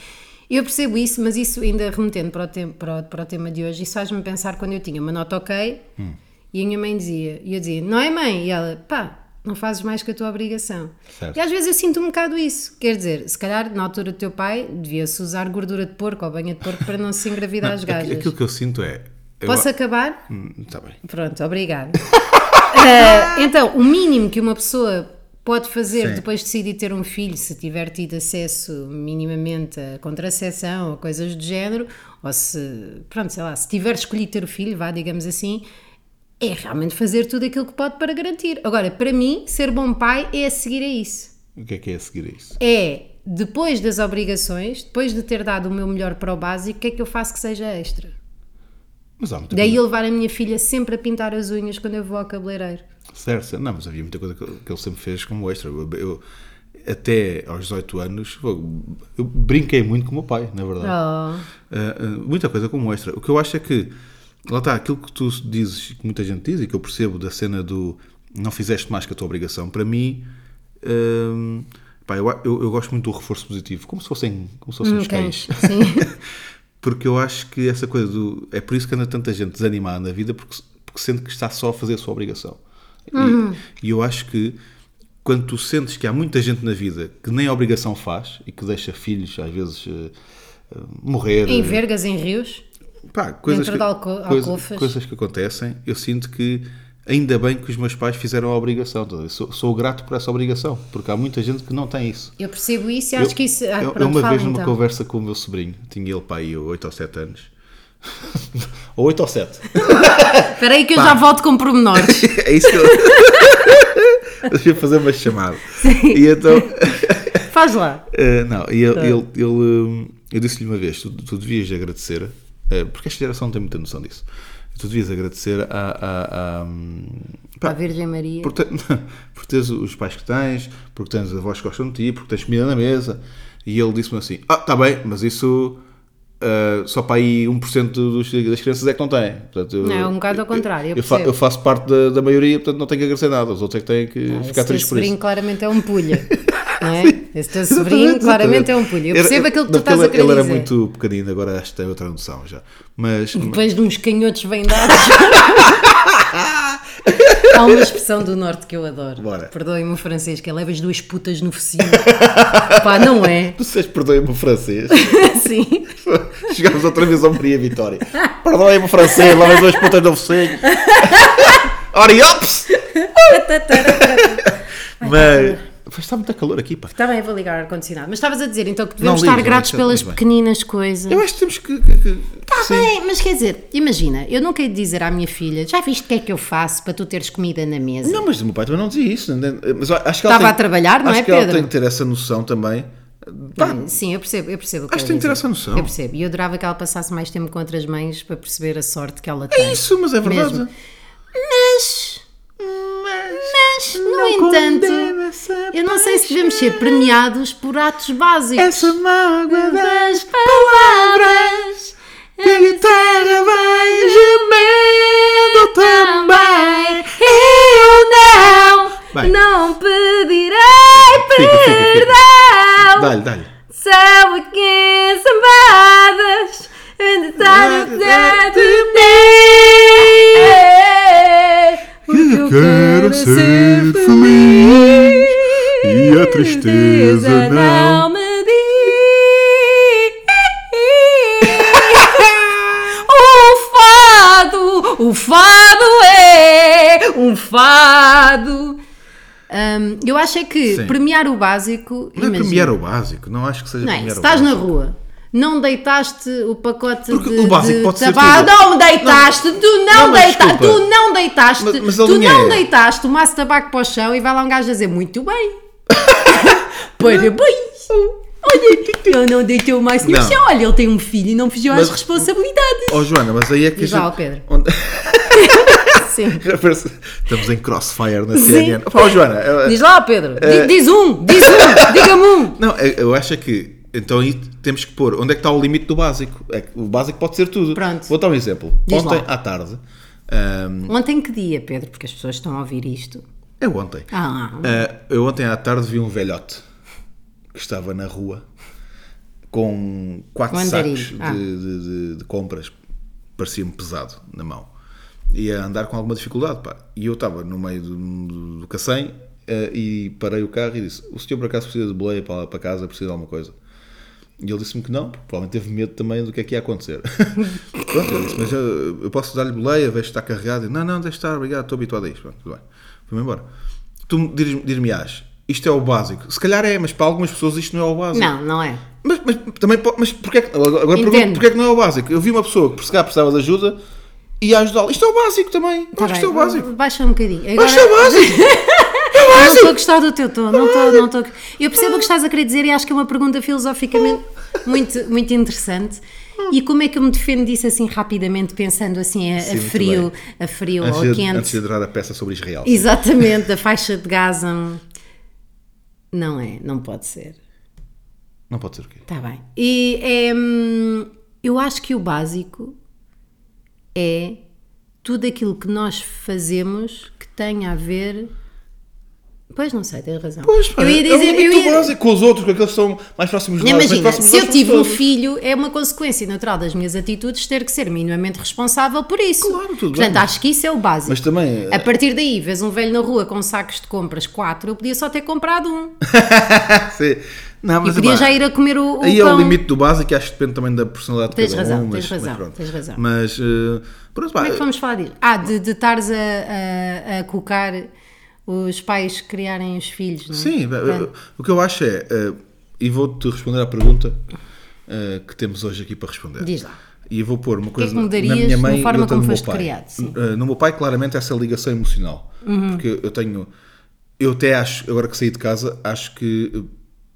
Speaker 2: eu percebo isso, mas isso ainda remetendo para o, tem- para o- para o tema de hoje, isso faz-me pensar quando eu tinha uma nota ok
Speaker 3: Hum.
Speaker 2: e a minha mãe dizia, e eu dizia, não é mãe? E ela, pá, não fazes mais que a tua obrigação.
Speaker 3: Certo.
Speaker 2: E às vezes eu sinto um bocado isso. Quer dizer, se calhar na altura do teu pai devia-se usar gordura de porco ou banha de porco para não se engravidar as gajas.
Speaker 3: Aquilo que eu sinto é. eu-
Speaker 2: Posso acabar?
Speaker 3: Hum, Está bem.
Speaker 2: Pronto, obrigada. Ah, então, o mínimo que uma pessoa pode fazer
Speaker 3: Sim.
Speaker 2: depois de decidir ter um filho, se tiver tido acesso minimamente a contracepção ou coisas do género, ou se, pronto, sei lá, se tiver escolhido ter o filho, vá, digamos assim, é realmente fazer tudo aquilo que pode para garantir. Agora, para mim, ser bom pai é a seguir a isso
Speaker 3: O que é que é a seguir a isso?
Speaker 2: é depois das obrigações, depois de ter dado o meu melhor para o básico, o que é que eu faço que seja extra?
Speaker 3: Mas há muita
Speaker 2: Daí
Speaker 3: coisa.
Speaker 2: eu levar a minha filha sempre a pintar as unhas quando eu vou ao cabeleireiro.
Speaker 3: Certo, certo. não, mas havia muita coisa que que ele sempre fez como extra. Eu, eu- até aos 18 anos, eu, eu brinquei muito com o meu pai, na verdade.
Speaker 2: Oh,
Speaker 3: Ah, ah, muita coisa como extra. O que eu acho é que, lá está, aquilo que tu dizes, que muita gente diz e que eu percebo da cena do não fizeste mais que a tua obrigação, para mim, hum, pá, eu, eu- eu gosto muito do reforço positivo, como se fossem, como se fossem
Speaker 2: um
Speaker 3: os cães.
Speaker 2: Sim.
Speaker 3: Porque eu acho que essa coisa do. É por isso que anda tanta gente desanimada na vida, porque, porque sente que está só a fazer a sua obrigação. E-
Speaker 2: Uhum.
Speaker 3: E, eu acho que quando tu sentes que há muita gente na vida que nem a obrigação faz e que deixa filhos, às vezes, eh, eh, morrer.
Speaker 2: em vergas, em rios.
Speaker 3: Pá, coisas,
Speaker 2: Dentro
Speaker 3: que,
Speaker 2: de alco-
Speaker 3: coisa-
Speaker 2: alcofas.
Speaker 3: coisas que acontecem, eu sinto que ainda bem que os meus pais fizeram a obrigação. estás a ver? Sou, sou grato por essa obrigação, porque há muita gente que não tem isso.
Speaker 2: Eu percebo isso e acho
Speaker 3: Eu-
Speaker 2: que isso. Ah,
Speaker 3: eu, eu
Speaker 2: pronto,
Speaker 3: uma
Speaker 2: fala
Speaker 3: vez numa
Speaker 2: então.
Speaker 3: conversa com o meu sobrinho, tinha ele pai eu 8 ou 7 anos. ou 8 ou 7.
Speaker 2: Espera aí que eu já volto com pormenores.
Speaker 3: é isso que eu. Deixa eu fazer uma chamada. E então.
Speaker 2: Faz lá.
Speaker 3: eh, não, e
Speaker 2: Tá.
Speaker 3: ele, ele- ele, hum, eu disse-lhe uma vez: tu, tu devias agradecer, eh, porque esta geração não tem muita noção disso. Tu devias agradecer a. a- a, hum, pá,
Speaker 2: A Virgem Maria.
Speaker 3: por, te- por teres os pais que tens, porque tens avós que gostam de ti, porque tens comida na mesa. E ele disse-me assim: Ah, tá bem, mas isso ah, só para aí 1% dos, das crianças é que não têm. Portanto, eu-
Speaker 2: Não, é um bocado ao contrário, eu
Speaker 3: Eu, fa-
Speaker 2: percebo.
Speaker 3: eu faço parte da, da maioria, portanto não tenho que agradecer nada. Os outros é que têm que
Speaker 2: Esse
Speaker 3: ficar
Speaker 2: teu
Speaker 3: tristes por
Speaker 2: sobrinho
Speaker 3: isso.
Speaker 2: claramente é um pulha. não é? Esse teu sobrinho
Speaker 3: Exatamente,
Speaker 2: claramente é um
Speaker 3: exatamente.
Speaker 2: pulha. Eu
Speaker 3: Era-
Speaker 2: percebo aquilo que tu
Speaker 3: não, porque
Speaker 2: estás a querer
Speaker 3: ele, ele era
Speaker 2: dizer.
Speaker 3: muito pequenino, agora acho que tem outra noção já. Mas.
Speaker 2: Depois de uns canhotos bem dados. Há uma expressão do norte que eu adoro.
Speaker 3: Bora.
Speaker 2: Perdoem-me o francês, que é levas duas putas no focinho. Pá, não é?
Speaker 3: Vocês perdoem-me o francês.
Speaker 2: Sim.
Speaker 3: Chegámos outra vez ao Maria Vitória. Perdoem-me o francês, lá vem duas putas do focinho. Ora, e ops! Mas, Pois Está muito calor aqui, pá.
Speaker 2: Está bem, vou ligar o ar-condicionado. Mas estavas a dizer então que devemos
Speaker 3: Não
Speaker 2: estar
Speaker 3: ligo,
Speaker 2: gratos
Speaker 3: Alexa,
Speaker 2: pelas
Speaker 3: tudo bem.
Speaker 2: pequeninas coisas.
Speaker 3: Eu acho que temos que. que- que-
Speaker 2: Está
Speaker 3: sim.
Speaker 2: Tá bem, mas quer dizer, imagina, eu não quero dizer à minha filha, já viste o que é que eu faço para tu teres comida na mesa?
Speaker 3: Não, mas o meu pai também não dizia isso. não entende? Mas eu acho que ela
Speaker 2: Estava
Speaker 3: tem-
Speaker 2: a trabalhar, não
Speaker 3: acho
Speaker 2: é,
Speaker 3: que Ela
Speaker 2: Pedro?
Speaker 3: tem que ter essa noção também. Pá,
Speaker 2: Sim, eu percebo, eu percebo. o
Speaker 3: Acho que
Speaker 2: ela
Speaker 3: tem que ter
Speaker 2: diz.
Speaker 3: essa noção.
Speaker 2: é. Eu percebo. E eu adorava que ela passasse mais tempo com outras mães para perceber a sorte que ela tem.
Speaker 3: é isso, mas é verdade.
Speaker 2: Mesmo. Mas, mas, no entanto, eu não sei se devemos ser premiados por atos básicos.
Speaker 3: Essa mágoa da
Speaker 2: das palavras
Speaker 3: guitarra vai gemendo também.
Speaker 2: eu não,
Speaker 3: Bem.
Speaker 2: não pedirei
Speaker 3: Fica, fica, fica.
Speaker 2: perdão.
Speaker 3: Dá-lhe, dá-lhe.
Speaker 2: São aqui sambadas onde está o
Speaker 3: é
Speaker 2: teto Eu
Speaker 3: tipo- quero ser feliz e a tristeza não
Speaker 2: é me diz O fado, o fado é um fado Eu acho é que
Speaker 3: Sim.
Speaker 2: premiar o básico
Speaker 3: Não é
Speaker 2: imagina-
Speaker 3: premiar o básico, não acho que seja
Speaker 2: não é?
Speaker 3: premiar
Speaker 2: Se
Speaker 3: o
Speaker 2: estás na
Speaker 3: básico.
Speaker 2: rua, não deitaste o pacote
Speaker 3: Porque
Speaker 2: de,
Speaker 3: o básico
Speaker 2: de
Speaker 3: pode ser
Speaker 2: tabaco.
Speaker 3: tudo.
Speaker 2: Não deitaste, tu não,
Speaker 3: Não, mas
Speaker 2: deitaste,
Speaker 3: desculpa.
Speaker 2: tu não deitaste,
Speaker 3: Mas- mas a
Speaker 2: tu
Speaker 3: linha
Speaker 2: não
Speaker 3: é-
Speaker 2: deitaste o maço de tabaco para o chão e vai lá um gajo a dizer muito bem. Olha, bem.
Speaker 3: Oh,
Speaker 2: Olha, eu não deitei o maço no
Speaker 3: Não.
Speaker 2: chão. Olha, ele tem um filho e não fugiu às
Speaker 3: Mas-
Speaker 2: responsabilidades.
Speaker 3: Oh Joana, mas aí é que.
Speaker 2: Diz
Speaker 3: a
Speaker 2: lá
Speaker 3: gente-
Speaker 2: ao Pedro.
Speaker 3: Onde-
Speaker 2: Sim.
Speaker 3: Estamos em crossfire na
Speaker 2: Sim.
Speaker 3: CNN. Oh Joana, eu-
Speaker 2: Diz lá, Pedro. Di-
Speaker 3: Eh,
Speaker 2: Diz um, diz um, diga-me um.
Speaker 3: Não, eu- eu acho é que então aí temos que pôr onde é que está o limite do básico. É que o básico pode ser tudo.
Speaker 2: Pronto.
Speaker 3: Vou dar um exemplo.
Speaker 2: Diz
Speaker 3: ontem
Speaker 2: lá.
Speaker 3: à tarde, ahm,
Speaker 2: Ontem que dia, Pedro? Porque as pessoas estão a ouvir isto.
Speaker 3: é ontem.
Speaker 2: Ah,
Speaker 3: Ah, eu ontem à tarde vi um velhote que estava na rua com quatro
Speaker 2: Com andarilho.
Speaker 3: sacos de,
Speaker 2: Ah.
Speaker 3: de- de- de compras, parecia-me pesado na mão, e a andar com alguma dificuldade. Pá. E eu estava no meio do, do, do cacém ah, e parei o carro e disse: O senhor por acaso precisa de boleia para, para casa, precisa de alguma coisa? E ele disse-me que não, porque provavelmente teve medo também do que é que ia acontecer. Pronto, eu disse, mas eu, eu posso dar-lhe boleia, vejo se está carregado. Eu, Não, não, deixa estar, obrigado, estou habituado a isto. Pronto, tudo bem. Fui-me embora. Tu dir- dir-me-ás, isto é o básico. Se calhar é, mas para algumas pessoas isto não é o básico.
Speaker 2: não, não é.
Speaker 3: Mas, mas também, po- mas porquê, é que- agora
Speaker 2: Entendo.
Speaker 3: pergunto, porquê que não é o básico? Eu vi uma pessoa que por se calhar precisava de ajuda e ia ajudá-la. Isto é o básico também. Eu
Speaker 2: Tá
Speaker 3: acho que
Speaker 2: bem,
Speaker 3: isto é o básico.
Speaker 2: Baixa um bocadinho. Agora,
Speaker 3: Isto é o básico. É
Speaker 2: eu não estou a gostar do teu tom. Não estou, não estou. Eu percebo o que estás a querer dizer e acho que é uma pergunta filosoficamente muito, muito interessante. E como é que eu me defendo disso assim rapidamente, pensando assim a, a
Speaker 3: Sim, muito
Speaker 2: frio,
Speaker 3: bem.
Speaker 2: a frio ou a
Speaker 3: Antes de,
Speaker 2: quente?
Speaker 3: antes de adorar a peça sobre Israel.
Speaker 2: Exatamente, a faixa de Gaza. hum, Não é, não pode ser.
Speaker 3: Não pode ser o quê?
Speaker 2: Está Tá bem. E é, hum, eu acho que o básico é tudo aquilo que nós fazemos que tenha a ver. Pois não sei, tens razão.
Speaker 3: Pois, pá,
Speaker 2: eu ia dizer,
Speaker 3: é um
Speaker 2: eu
Speaker 3: limite
Speaker 2: ia-
Speaker 3: básico com os outros, com aqueles que são mais próximos de nós. mais
Speaker 2: Imagina,
Speaker 3: próximos
Speaker 2: se
Speaker 3: de
Speaker 2: eu
Speaker 3: nós
Speaker 2: tive um
Speaker 3: somos todos.
Speaker 2: filho, é uma consequência natural das minhas atitudes ter que ser minimamente responsável por isso.
Speaker 3: Claro, tudo
Speaker 2: Portanto,
Speaker 3: bem.
Speaker 2: acho que isso é o básico.
Speaker 3: Mas também, eh,
Speaker 2: A partir daí, vês um velho na rua com sacos de compras quatro, eu podia só ter comprado um.
Speaker 3: Sim. Não,
Speaker 2: E
Speaker 3: mas,
Speaker 2: podia
Speaker 3: epá,
Speaker 2: já ir a comer o, o
Speaker 3: Aí é
Speaker 2: pão.
Speaker 3: o limite do básico, e acho que depende também da personalidade de
Speaker 2: Tens
Speaker 3: cada
Speaker 2: razão,
Speaker 3: um.
Speaker 2: tens
Speaker 3: mas,
Speaker 2: razão,
Speaker 3: mas pronto.
Speaker 2: tens razão.
Speaker 3: Mas, eh, pronto, pá,
Speaker 2: Como é que vamos falar disso? Ah, de de estares a, a, a colocar os pais criarem os filhos, não é?
Speaker 3: sim, eh, o que eu acho é, eh, e vou-te responder à pergunta eh, que temos hoje aqui para responder.
Speaker 2: Diz lá.
Speaker 3: E eu vou pôr uma coisa
Speaker 2: que mudarias
Speaker 3: na minha
Speaker 2: na
Speaker 3: mãe
Speaker 2: forma
Speaker 3: e outra
Speaker 2: como
Speaker 3: no meu
Speaker 2: foste
Speaker 3: pai.
Speaker 2: criado, sim. Uhum.
Speaker 3: Eh, No meu pai, claramente, essa ligação emocional. Porque eu- eu tenho... Eu até acho, agora que saí de casa, acho que eh,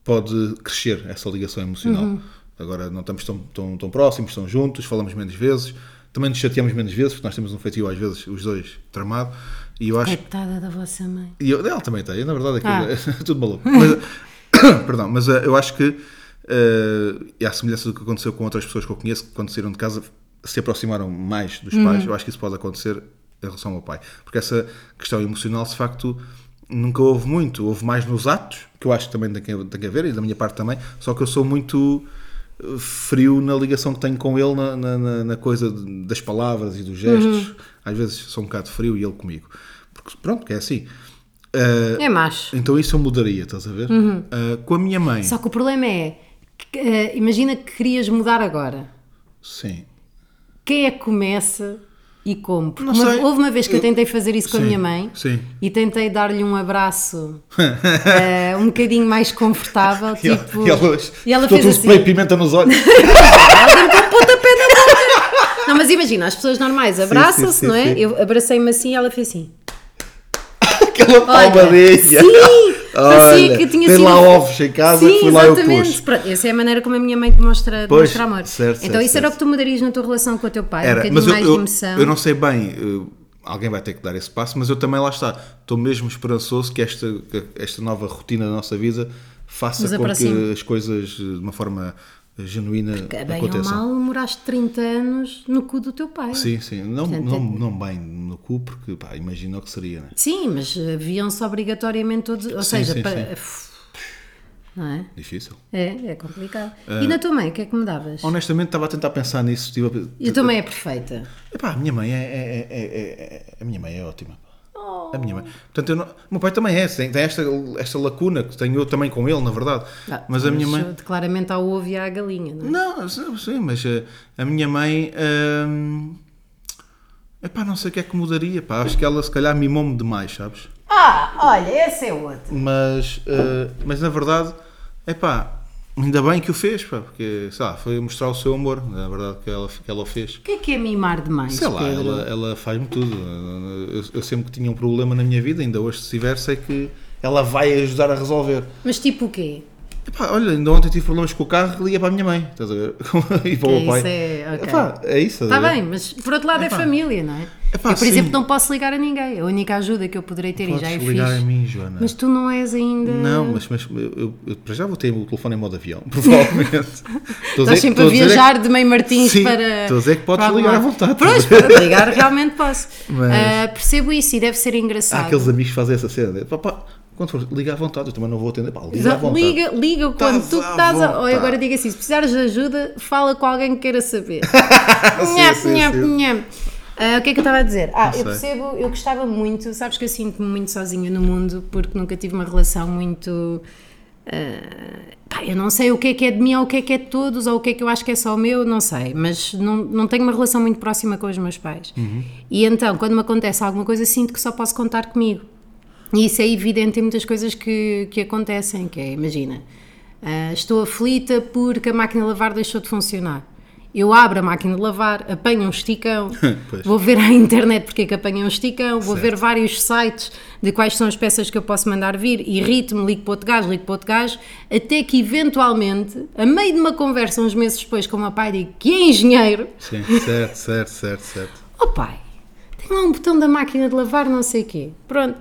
Speaker 3: pode crescer essa ligação emocional.
Speaker 2: Uhum.
Speaker 3: Agora não estamos tão, tão, tão próximos, estão juntos, falamos menos vezes. Também nos chateamos menos vezes, porque nós temos um feitio às vezes, os dois, tramado. E eu acho
Speaker 2: Coitada da vossa mãe.
Speaker 3: e eu, ela também tem, eu, na verdade aquilo é tudo maluco. Mas, perdão, mas eh, eu acho que, eh, e à semelhança do que aconteceu com outras pessoas que eu conheço, que quando saíram de casa se aproximaram mais dos pais, eu acho que isso pode acontecer em relação ao meu pai. Porque essa questão emocional, de facto, nunca houve muito. Houve mais nos atos, que eu acho que também tem que, tem que haver, e da minha parte também, só que eu sou muito eh, frio na ligação que tenho com ele na, na- na- na coisa de- das palavras e dos
Speaker 2: Uhum.
Speaker 3: gestos às vezes sou um bocado frio e ele comigo porque pronto, que é assim Ah,
Speaker 2: É macho.
Speaker 3: então isso eu mudaria, estás a ver? Ah, com a minha mãe.
Speaker 2: Uhum. Só que o problema é, que, eh, imagina que querias mudar agora.
Speaker 3: Sim.
Speaker 2: Quem é que começa E como? Porque
Speaker 3: Não
Speaker 2: uma-
Speaker 3: sei.
Speaker 2: houve uma vez que eu
Speaker 3: Eu-
Speaker 2: tentei fazer isso com a
Speaker 3: Sim,
Speaker 2: minha mãe
Speaker 3: sim.
Speaker 2: e tentei dar-lhe um abraço eh, um bocadinho mais confortável,
Speaker 3: E ela-
Speaker 2: tipo.
Speaker 3: e ela,
Speaker 2: e ela
Speaker 3: botou
Speaker 2: fez
Speaker 3: um
Speaker 2: assim.
Speaker 3: spray de pimenta nos olhos.
Speaker 2: um né? Não, mas imagina, as pessoas normais
Speaker 3: sim,
Speaker 2: abraçam-se,
Speaker 3: sim,
Speaker 2: não é?
Speaker 3: sim.
Speaker 2: Eu abracei-me assim e ela fez assim.
Speaker 3: Aquela
Speaker 2: Olha,
Speaker 3: palmadinha.
Speaker 2: Sim! Parecia
Speaker 3: Olha,
Speaker 2: que tinha
Speaker 3: tem
Speaker 2: sido. um
Speaker 3: lá ovos em casa,
Speaker 2: sim,
Speaker 3: fui lá eu
Speaker 2: exatamente.
Speaker 3: pus.
Speaker 2: Pronto, essa é a maneira como a minha mãe demonstra,
Speaker 3: Pois,
Speaker 2: demonstra amor.
Speaker 3: certo,
Speaker 2: então
Speaker 3: certo,
Speaker 2: isso era
Speaker 3: certo.
Speaker 2: o que tu mudarias na tua relação com o teu pai, um
Speaker 3: Era,
Speaker 2: bocadinho
Speaker 3: mas eu,
Speaker 2: mais
Speaker 3: eu,
Speaker 2: de emoção.
Speaker 3: eu não sei bem, eh, alguém vai ter que dar esse passo, mas eu também lá está. Estou mesmo esperançoso que esta, que esta nova rotina da nossa vida faça
Speaker 2: Nos
Speaker 3: com
Speaker 2: aproxime.
Speaker 3: que as coisas eh, de uma forma eh, genuína
Speaker 2: Que Bem ou
Speaker 3: aconteçam.
Speaker 2: mal, moraste 30 anos no cu do teu pai.
Speaker 3: Sim, sim. Não,
Speaker 2: Portanto, é
Speaker 3: não, não bem no cu, porque pá, imagina o que seria, né?
Speaker 2: Sim, mas haviam-se obrigatoriamente todos. Ou
Speaker 3: Sim,
Speaker 2: seja,
Speaker 3: sim,
Speaker 2: para- não é?
Speaker 3: Difícil.
Speaker 2: É, é complicado.
Speaker 3: Ah.
Speaker 2: E na tua mãe, o que é que me davas?
Speaker 3: Honestamente, estava a tentar pensar nisso. Estive a...
Speaker 2: E a tua mãe é perfeita.
Speaker 3: Epá, a minha mãe é, é- é- é- é- a minha mãe é ótima.
Speaker 2: Oh.
Speaker 3: A minha mãe. Portanto, eu não- o meu pai também é, tem, tem esta, esta lacuna que tenho eu também com ele, na verdade.
Speaker 2: Ah,
Speaker 3: mas a minha mãe.
Speaker 2: Claramente há o ovo e há a galinha, não é?
Speaker 3: Não, sim, sim, mas eh, a minha mãe. hum, Epá, não sei o que é que mudaria, pá. Acho que ela se calhar mimou-me demais, sabes?
Speaker 2: Ah, olha, essa é outra.
Speaker 3: Mas, eh, mas na verdade, epá, ainda bem que o fez, pá, porque, sei lá, foi mostrar o seu amor, na verdade, que ela, que ela o fez.
Speaker 2: O que é que é mimar demais,
Speaker 3: Sei lá,
Speaker 2: Pedro?
Speaker 3: ela, ela faz-me tudo. Eu, eu sempre que tinha um problema na minha vida, ainda hoje se tiver, sei que ela vai ajudar a resolver.
Speaker 2: Mas tipo o quê?
Speaker 3: Epá, olha, ainda ontem tive problemas com o carro, liga para a minha mãe, estás a ver? e para o
Speaker 2: Que
Speaker 3: meu pai.
Speaker 2: isso é- ok.
Speaker 3: Epá, é isso, estás
Speaker 2: Está
Speaker 3: a ver?
Speaker 2: bem, mas por outro lado é família, não é?
Speaker 3: Epá,
Speaker 2: eu, por
Speaker 3: sim.
Speaker 2: exemplo, não posso ligar a ninguém. A única ajuda que eu poderei ter, e já eu
Speaker 3: Podes
Speaker 2: fiz.
Speaker 3: ligar a mim, Joana.
Speaker 2: Mas tu não és ainda.
Speaker 3: Não, mas, mas eu, eu- eu para já vou ter o telefone em modo avião, provavelmente. Estou
Speaker 2: Estás sempre a
Speaker 3: dizer é que-
Speaker 2: viajar de meio Martins
Speaker 3: Sim,
Speaker 2: para.
Speaker 3: Estou a dizer que podes
Speaker 2: para algum
Speaker 3: ligar à
Speaker 2: lado.
Speaker 3: vontade.
Speaker 2: Pois,
Speaker 3: estás a ver?
Speaker 2: para ligar realmente posso.
Speaker 3: Mas-
Speaker 2: Ah, percebo isso e deve ser
Speaker 3: Há
Speaker 2: engraçado.
Speaker 3: aqueles amigos que fazem essa cena. né? Pá, pá, quando for, liga à vontade, eu também não vou atender. Pá, liga à
Speaker 2: Exa-
Speaker 3: vontade.
Speaker 2: Liga, liga quando
Speaker 3: Estás
Speaker 2: tu
Speaker 3: à
Speaker 2: estás a. Ou
Speaker 3: vontade.
Speaker 2: agora diga assim: se precisares de ajuda, fala com alguém que queira saber.
Speaker 3: sim,
Speaker 2: Nham,
Speaker 3: sim,
Speaker 2: nham,
Speaker 3: sim.
Speaker 2: nham. Ah, o que é que eu estava a dizer? Ah,
Speaker 3: sei.
Speaker 2: eu percebo, eu gostava muito, sabes que eu sinto-me muito sozinha no mundo porque nunca tive uma relação muito. ah, pá, eu não sei o que é que é de mim ou o que é que é de todos ou o que é que eu acho que é só meu, não sei, mas não, não tenho uma relação muito próxima com os meus pais. E então, quando me acontece alguma coisa, sinto que só posso contar comigo. E isso é evidente em muitas coisas que, que acontecem, que é, imagina, ah, estou aflita porque a máquina de lavar deixou de funcionar. Eu abro a máquina de lavar, apanho um esticão,
Speaker 3: Pois.
Speaker 2: vou ver à internet porque é que apanhei um esticão, vou ver vários sites de quais são as peças que eu posso mandar vir, irrito-me, ligo para outro gajo, ligo para outro gajo, até que eventualmente, a meio de uma conversa uns meses depois com o meu pai, digo que é engenheiro,
Speaker 3: Sim, certo, certo, certo, certo.
Speaker 2: Oh pai, tem lá um botão da máquina de lavar, não sei o quê. Pronto,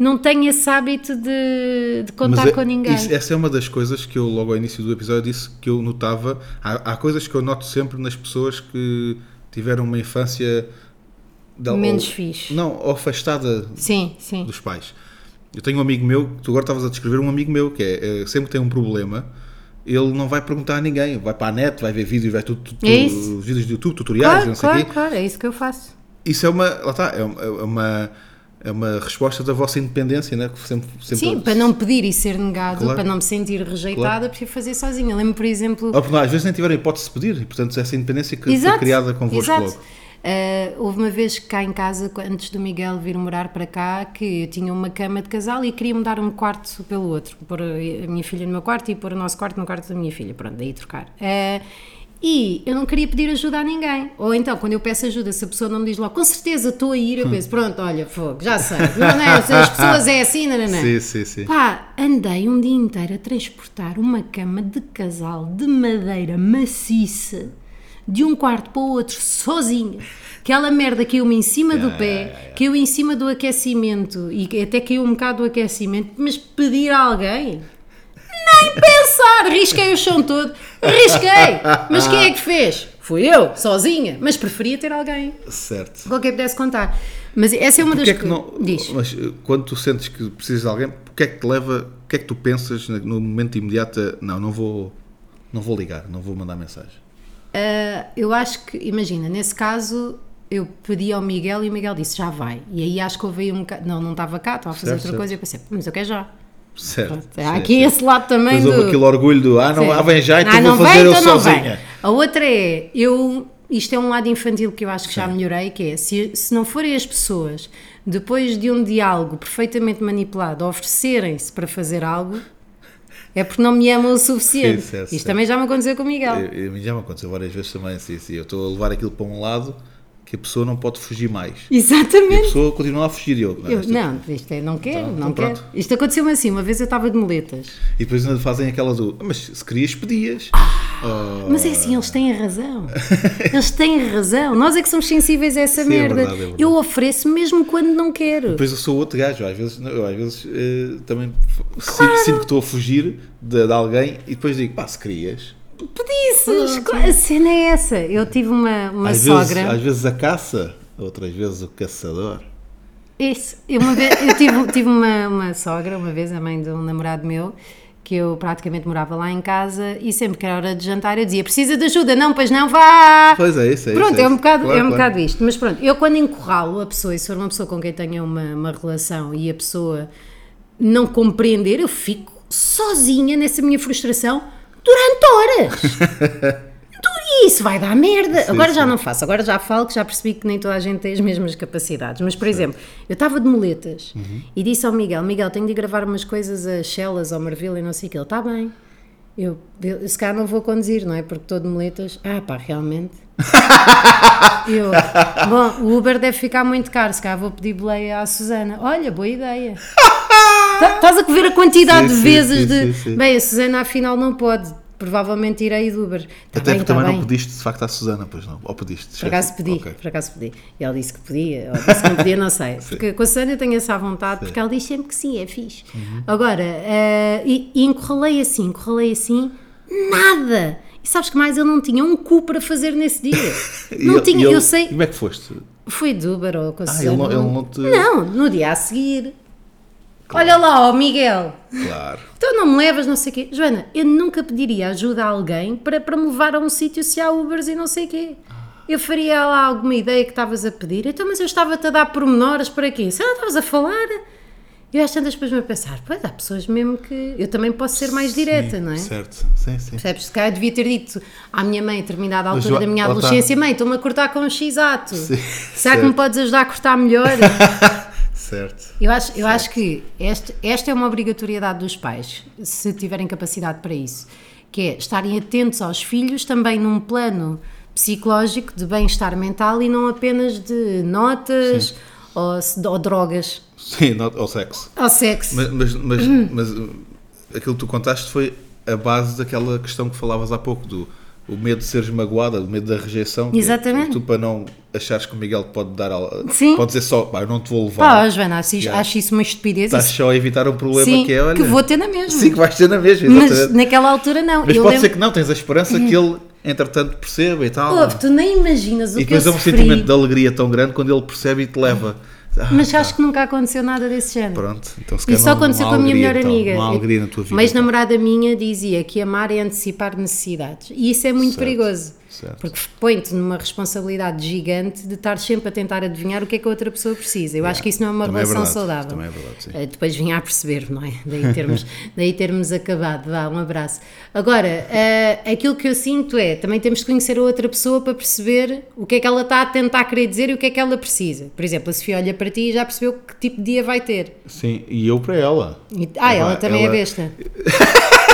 Speaker 2: não tenho esse hábito de, de contar
Speaker 3: é-
Speaker 2: com ninguém.
Speaker 3: isso- essa é uma das coisas que eu logo ao início do episódio disse que eu notava. Há, há coisas que eu noto sempre nas pessoas que tiveram uma infância de-
Speaker 2: Menos
Speaker 3: ou-
Speaker 2: fixe.
Speaker 3: Não, ou afastada
Speaker 2: Sim, sim.
Speaker 3: dos pais. Eu tenho um amigo meu, tu agora estavas a descrever um amigo meu que é, eh, sempre que tem um problema, ele não vai perguntar a ninguém, vai para a net, vai ver vídeos, vai tudo, tudo-
Speaker 2: É isso.
Speaker 3: vídeos de YouTube, tutoriais,
Speaker 2: Claro,
Speaker 3: não sei o
Speaker 2: claro,
Speaker 3: quê.
Speaker 2: claro, é isso que eu faço.
Speaker 3: Isso é uma, lá está, é uma, é uma, é uma resposta da vossa independência, né? Que sempre, sempre
Speaker 2: Sim, para não pedir e ser negado,
Speaker 3: Claro.
Speaker 2: para não me sentir rejeitada,
Speaker 3: Claro.
Speaker 2: prefiro fazer sozinha. Lembro, por exemplo,
Speaker 3: Ou, Ah, porque não, às vezes nem tiveram hipótese de pedir, e portanto essa independência que foi criada convosco
Speaker 2: exato.
Speaker 3: logo.
Speaker 2: Ah, houve uma vez cá em casa, qu- antes do Miguel vir morar para cá, que eu tinha uma cama de casal e queria mudar um quarto pelo outro, pôr a a minha filha no meu quarto e pôr o nosso quarto no quarto da minha filha, pronto, daí trocar. Ah, e eu não queria pedir ajuda a ninguém. Ou então, quando eu peço ajuda, se a pessoa não me diz logo, com certeza estou a ir,
Speaker 3: Hum.
Speaker 2: eu penso, pronto, olha, fogo, já sei. Não, não, as pessoas é assim, não, não, não.
Speaker 3: Sim, sim, sim.
Speaker 2: Pá, andei um dia inteiro a transportar uma cama de casal de madeira maciça de um quarto para o outro sozinha. Aquela merda caiu-me em cima do pé, caiu em cima do aquecimento e que- até caiu um bocado do aquecimento, mas pedir a alguém? Nem pensar! Risquei o chão todo, risquei! Mas quem é que fez? Fui eu, sozinha, mas preferia ter alguém.
Speaker 3: Certo.
Speaker 2: Qualquer pudesse contar. Mas essa é uma
Speaker 3: Porque é
Speaker 2: das
Speaker 3: que não,
Speaker 2: Diz.
Speaker 3: mas eh, quando tu sentes que precisas de alguém, o que é que te leva, o que é que tu pensas na- no momento imediato? a, Não, não vou, não vou ligar, não vou mandar mensagem.
Speaker 2: Ah, eu acho que, imagina, nesse caso eu pedi ao Miguel e o Miguel disse já vai. E aí acho que houve aí um bocado. Não, não estava cá, estava a fazer
Speaker 3: Certo,
Speaker 2: outra
Speaker 3: certo.
Speaker 2: coisa e eu pensei, mas eu quero já.
Speaker 3: Certo.
Speaker 2: Há
Speaker 3: sim,
Speaker 2: é, aqui
Speaker 3: sim.
Speaker 2: esse lado também
Speaker 3: Mas
Speaker 2: do.
Speaker 3: houve aquele orgulho do ah, não,
Speaker 2: Sim.
Speaker 3: ah, vem já, então
Speaker 2: Ah,
Speaker 3: vou
Speaker 2: não
Speaker 3: fazer
Speaker 2: vai,
Speaker 3: eu
Speaker 2: então não
Speaker 3: sozinha.
Speaker 2: vai. A outra é, eu isto é um lado infantil que eu acho que já melhorei, que é se, se não forem as pessoas, depois de um diálogo perfeitamente manipulado, oferecerem-se para fazer algo, é porque não me amam o suficiente.
Speaker 3: Sim, sim,
Speaker 2: Isto
Speaker 3: sim.
Speaker 2: também já me aconteceu com o Miguel.
Speaker 3: Eu- eu- Já me aconteceu várias vezes também, sim, sim. Eu estou a levar aquilo para um lado que a pessoa não pode fugir mais. E a
Speaker 2: Exatamente.
Speaker 3: pessoa continua a fugir e eu.
Speaker 2: Eu,
Speaker 3: esta-
Speaker 2: não, isto é, não quero,
Speaker 3: Então,
Speaker 2: não
Speaker 3: então
Speaker 2: quero.
Speaker 3: pronto.
Speaker 2: Isto aconteceu-me assim, uma vez eu estava de moletas.
Speaker 3: E depois ainda fazem aquela do. "Ah, Mas se querias, pedias. Oh,
Speaker 2: Mas é assim, eles têm razão. Eles têm razão. Nós é que somos sensíveis a essa
Speaker 3: Sim, é
Speaker 2: merda.
Speaker 3: verdade, é verdade.
Speaker 2: Eu ofereço mesmo quando não quero.
Speaker 3: Depois eu sou outro gajo, às vezes, não, eu às vezes eh, também f- sinto, sinto que estou a fugir de, de alguém e depois digo, pá, se querias.
Speaker 2: Pedisses, a cena é essa. Eu tive uma, uma
Speaker 3: Ah, Às vezes,
Speaker 2: sogra.
Speaker 3: às vezes a caça, outras vezes o caçador.
Speaker 2: Isso, eu, uma vez, eu tive, tive uma, uma sogra, uma vez, a mãe de um namorado meu, que eu praticamente morava lá em casa e sempre que era hora de jantar eu dizia: precisa de ajuda? Não, pois não, vá!
Speaker 3: Pois é, isso é isso,
Speaker 2: Pronto, é
Speaker 3: isso.
Speaker 2: um bocado,
Speaker 3: Claro,
Speaker 2: é um
Speaker 3: claro.
Speaker 2: bocado isto. Mas pronto, eu quando encurralo a pessoa, e se for uma pessoa com quem tenha uma, uma relação e a pessoa não compreender, eu fico sozinha nessa minha frustração durante horas. Du- Isso vai dar merda. agora já não faço, agora já falo que já percebi que nem toda a gente tem as mesmas capacidades. Mas, por exemplo, eu estava de moletas
Speaker 3: Uhum.
Speaker 2: e disse ao Miguel: Miguel, tenho de ir gravar umas coisas a Shellas, ao Marvila e não sei o que. Ele está bem. Eu, eu, se calhar não vou conduzir, não é? Porque estou de moletas. Ah, pá, realmente. Eu, bom, o Uber deve ficar muito caro, se calhar vou pedir boleia à Susana. Olha, boa ideia. Tá- Estás a ver a quantidade
Speaker 3: Sim,
Speaker 2: de
Speaker 3: sim,
Speaker 2: vezes
Speaker 3: sim,
Speaker 2: de.
Speaker 3: sim, sim.
Speaker 2: Bem, a Susana afinal não pode, provavelmente irei de Uber. Tá
Speaker 3: Até
Speaker 2: bem,
Speaker 3: que
Speaker 2: tá
Speaker 3: também
Speaker 2: bem.
Speaker 3: não pediste, de facto, à Susana, pois não. Ou pediste.
Speaker 2: Por acaso pedi,
Speaker 3: Ok.
Speaker 2: por acaso pedi. E ela disse que podia, ou disse que não podia, não sei. Porque com a Susana eu tenho essa vontade, porque ela diz sempre que sim, é fixe.
Speaker 3: Uhum.
Speaker 2: Agora, eh, e, e encurralei assim, encurralei assim, nada! E sabes que mais? Eu não tinha um cu para fazer nesse dia.
Speaker 3: E
Speaker 2: não
Speaker 3: ele-
Speaker 2: tinha,
Speaker 3: e
Speaker 2: eu
Speaker 3: ele-
Speaker 2: sei.
Speaker 3: Como é que foste?
Speaker 2: Foi de Uber ou com a
Speaker 3: Ah, ele
Speaker 2: Susana.
Speaker 3: não, ele não te.
Speaker 2: Não, no dia a seguir. Olha lá, ó Miguel.
Speaker 3: Claro.
Speaker 2: Então não me levas, não sei o quê. Joana, eu nunca pediria ajuda a alguém para, para me levar a um sítio se há Ubers e não sei o quê. Eu faria lá alguma ideia que estavas a pedir. Então, mas eu estava-te a dar pormenores para quê? Se não estavas a falar. E eu às tantas depois me a pensar, pois há pessoas mesmo que. Eu também posso ser mais direta,
Speaker 3: Sim,
Speaker 2: não é?
Speaker 3: Certo, sim, sim.
Speaker 2: Percebes? Se calhar eu devia ter dito à minha mãe, a determinada altura
Speaker 3: Joa-
Speaker 2: da minha
Speaker 3: lá está.
Speaker 2: adolescência, mãe, estou-me a cortar com um X-ato.
Speaker 3: tá- Sim,
Speaker 2: Será que me
Speaker 3: certo.
Speaker 2: podes ajudar a cortar melhor?
Speaker 3: Certo.
Speaker 2: Eu acho, eu acho que este- esta é uma obrigatoriedade dos pais, se tiverem capacidade para isso, que é estarem atentos aos filhos também num plano psicológico de bem-estar mental e não apenas de notas ou, se- ou drogas
Speaker 3: Sim, not, ou sexo.
Speaker 2: ou sexo.
Speaker 3: Mas, mas, mas,
Speaker 2: Uhum.
Speaker 3: mas, uh, aquilo que tu contaste foi a base daquela questão que falavas há pouco, do o medo de seres magoada, o medo da rejeição. que é-
Speaker 2: Exatamente.
Speaker 3: tu para não achares que o Miguel te pode dar al-
Speaker 2: Sim.
Speaker 3: pode dizer só, pá, eu não te vou
Speaker 2: Pá,
Speaker 3: levar.
Speaker 2: oh, Joana, acho, isso-
Speaker 3: Yeah.
Speaker 2: acho isso uma estupidez.
Speaker 3: Estás
Speaker 2: isso-
Speaker 3: só a evitar o problema
Speaker 2: sim,
Speaker 3: que é, olha.
Speaker 2: vou ter na mesma.
Speaker 3: Sim, que vais ter na mesma,
Speaker 2: mas
Speaker 3: exatamente.
Speaker 2: naquela altura não.
Speaker 3: Mas
Speaker 2: eu
Speaker 3: pode
Speaker 2: lembro...
Speaker 3: ser que não, tens a esperança que ele, entretanto, perceba e tal.
Speaker 2: Ouve, tu nem imaginas o
Speaker 3: e
Speaker 2: que eu
Speaker 3: depois é um
Speaker 2: sofri.
Speaker 3: sentimento de alegria tão grande quando ele percebe e te leva. Ah,
Speaker 2: Mas
Speaker 3: pá,
Speaker 2: acho que nunca aconteceu nada desse género.
Speaker 3: Pronto, então se
Speaker 2: Isso
Speaker 3: calhar
Speaker 2: só
Speaker 3: não- não
Speaker 2: aconteceu
Speaker 3: há
Speaker 2: com a minha
Speaker 3: alegria,
Speaker 2: melhor
Speaker 3: então.
Speaker 2: amiga.
Speaker 3: Não há alegria na tua vida.
Speaker 2: Uma
Speaker 3: então.
Speaker 2: ex-namorada minha dizia que amar é antecipar necessidades. E isso é muito
Speaker 3: Certo,
Speaker 2: perigoso.
Speaker 3: certo.
Speaker 2: Porque põe-te numa responsabilidade gigante de estar sempre a tentar adivinhar o que é que a outra pessoa precisa. Eu acho que isso não é uma
Speaker 3: Também é
Speaker 2: relação
Speaker 3: verdade,
Speaker 2: saudável.
Speaker 3: também é verdade, sim.
Speaker 2: Eh, Depois vinha a perceber, não é? Daí termos, daí termos acabado. Vá, um abraço. Agora, eh, aquilo que eu sinto é também temos de conhecer a outra pessoa para perceber o que é que ela está a tentar querer dizer e o que é que ela precisa. Por exemplo, a Sofia olha para ti e já percebeu que tipo de dia vai ter.
Speaker 3: Sim, e eu para ela.
Speaker 2: E- ah, ela
Speaker 3: Epá,
Speaker 2: também
Speaker 3: ela-
Speaker 2: é besta.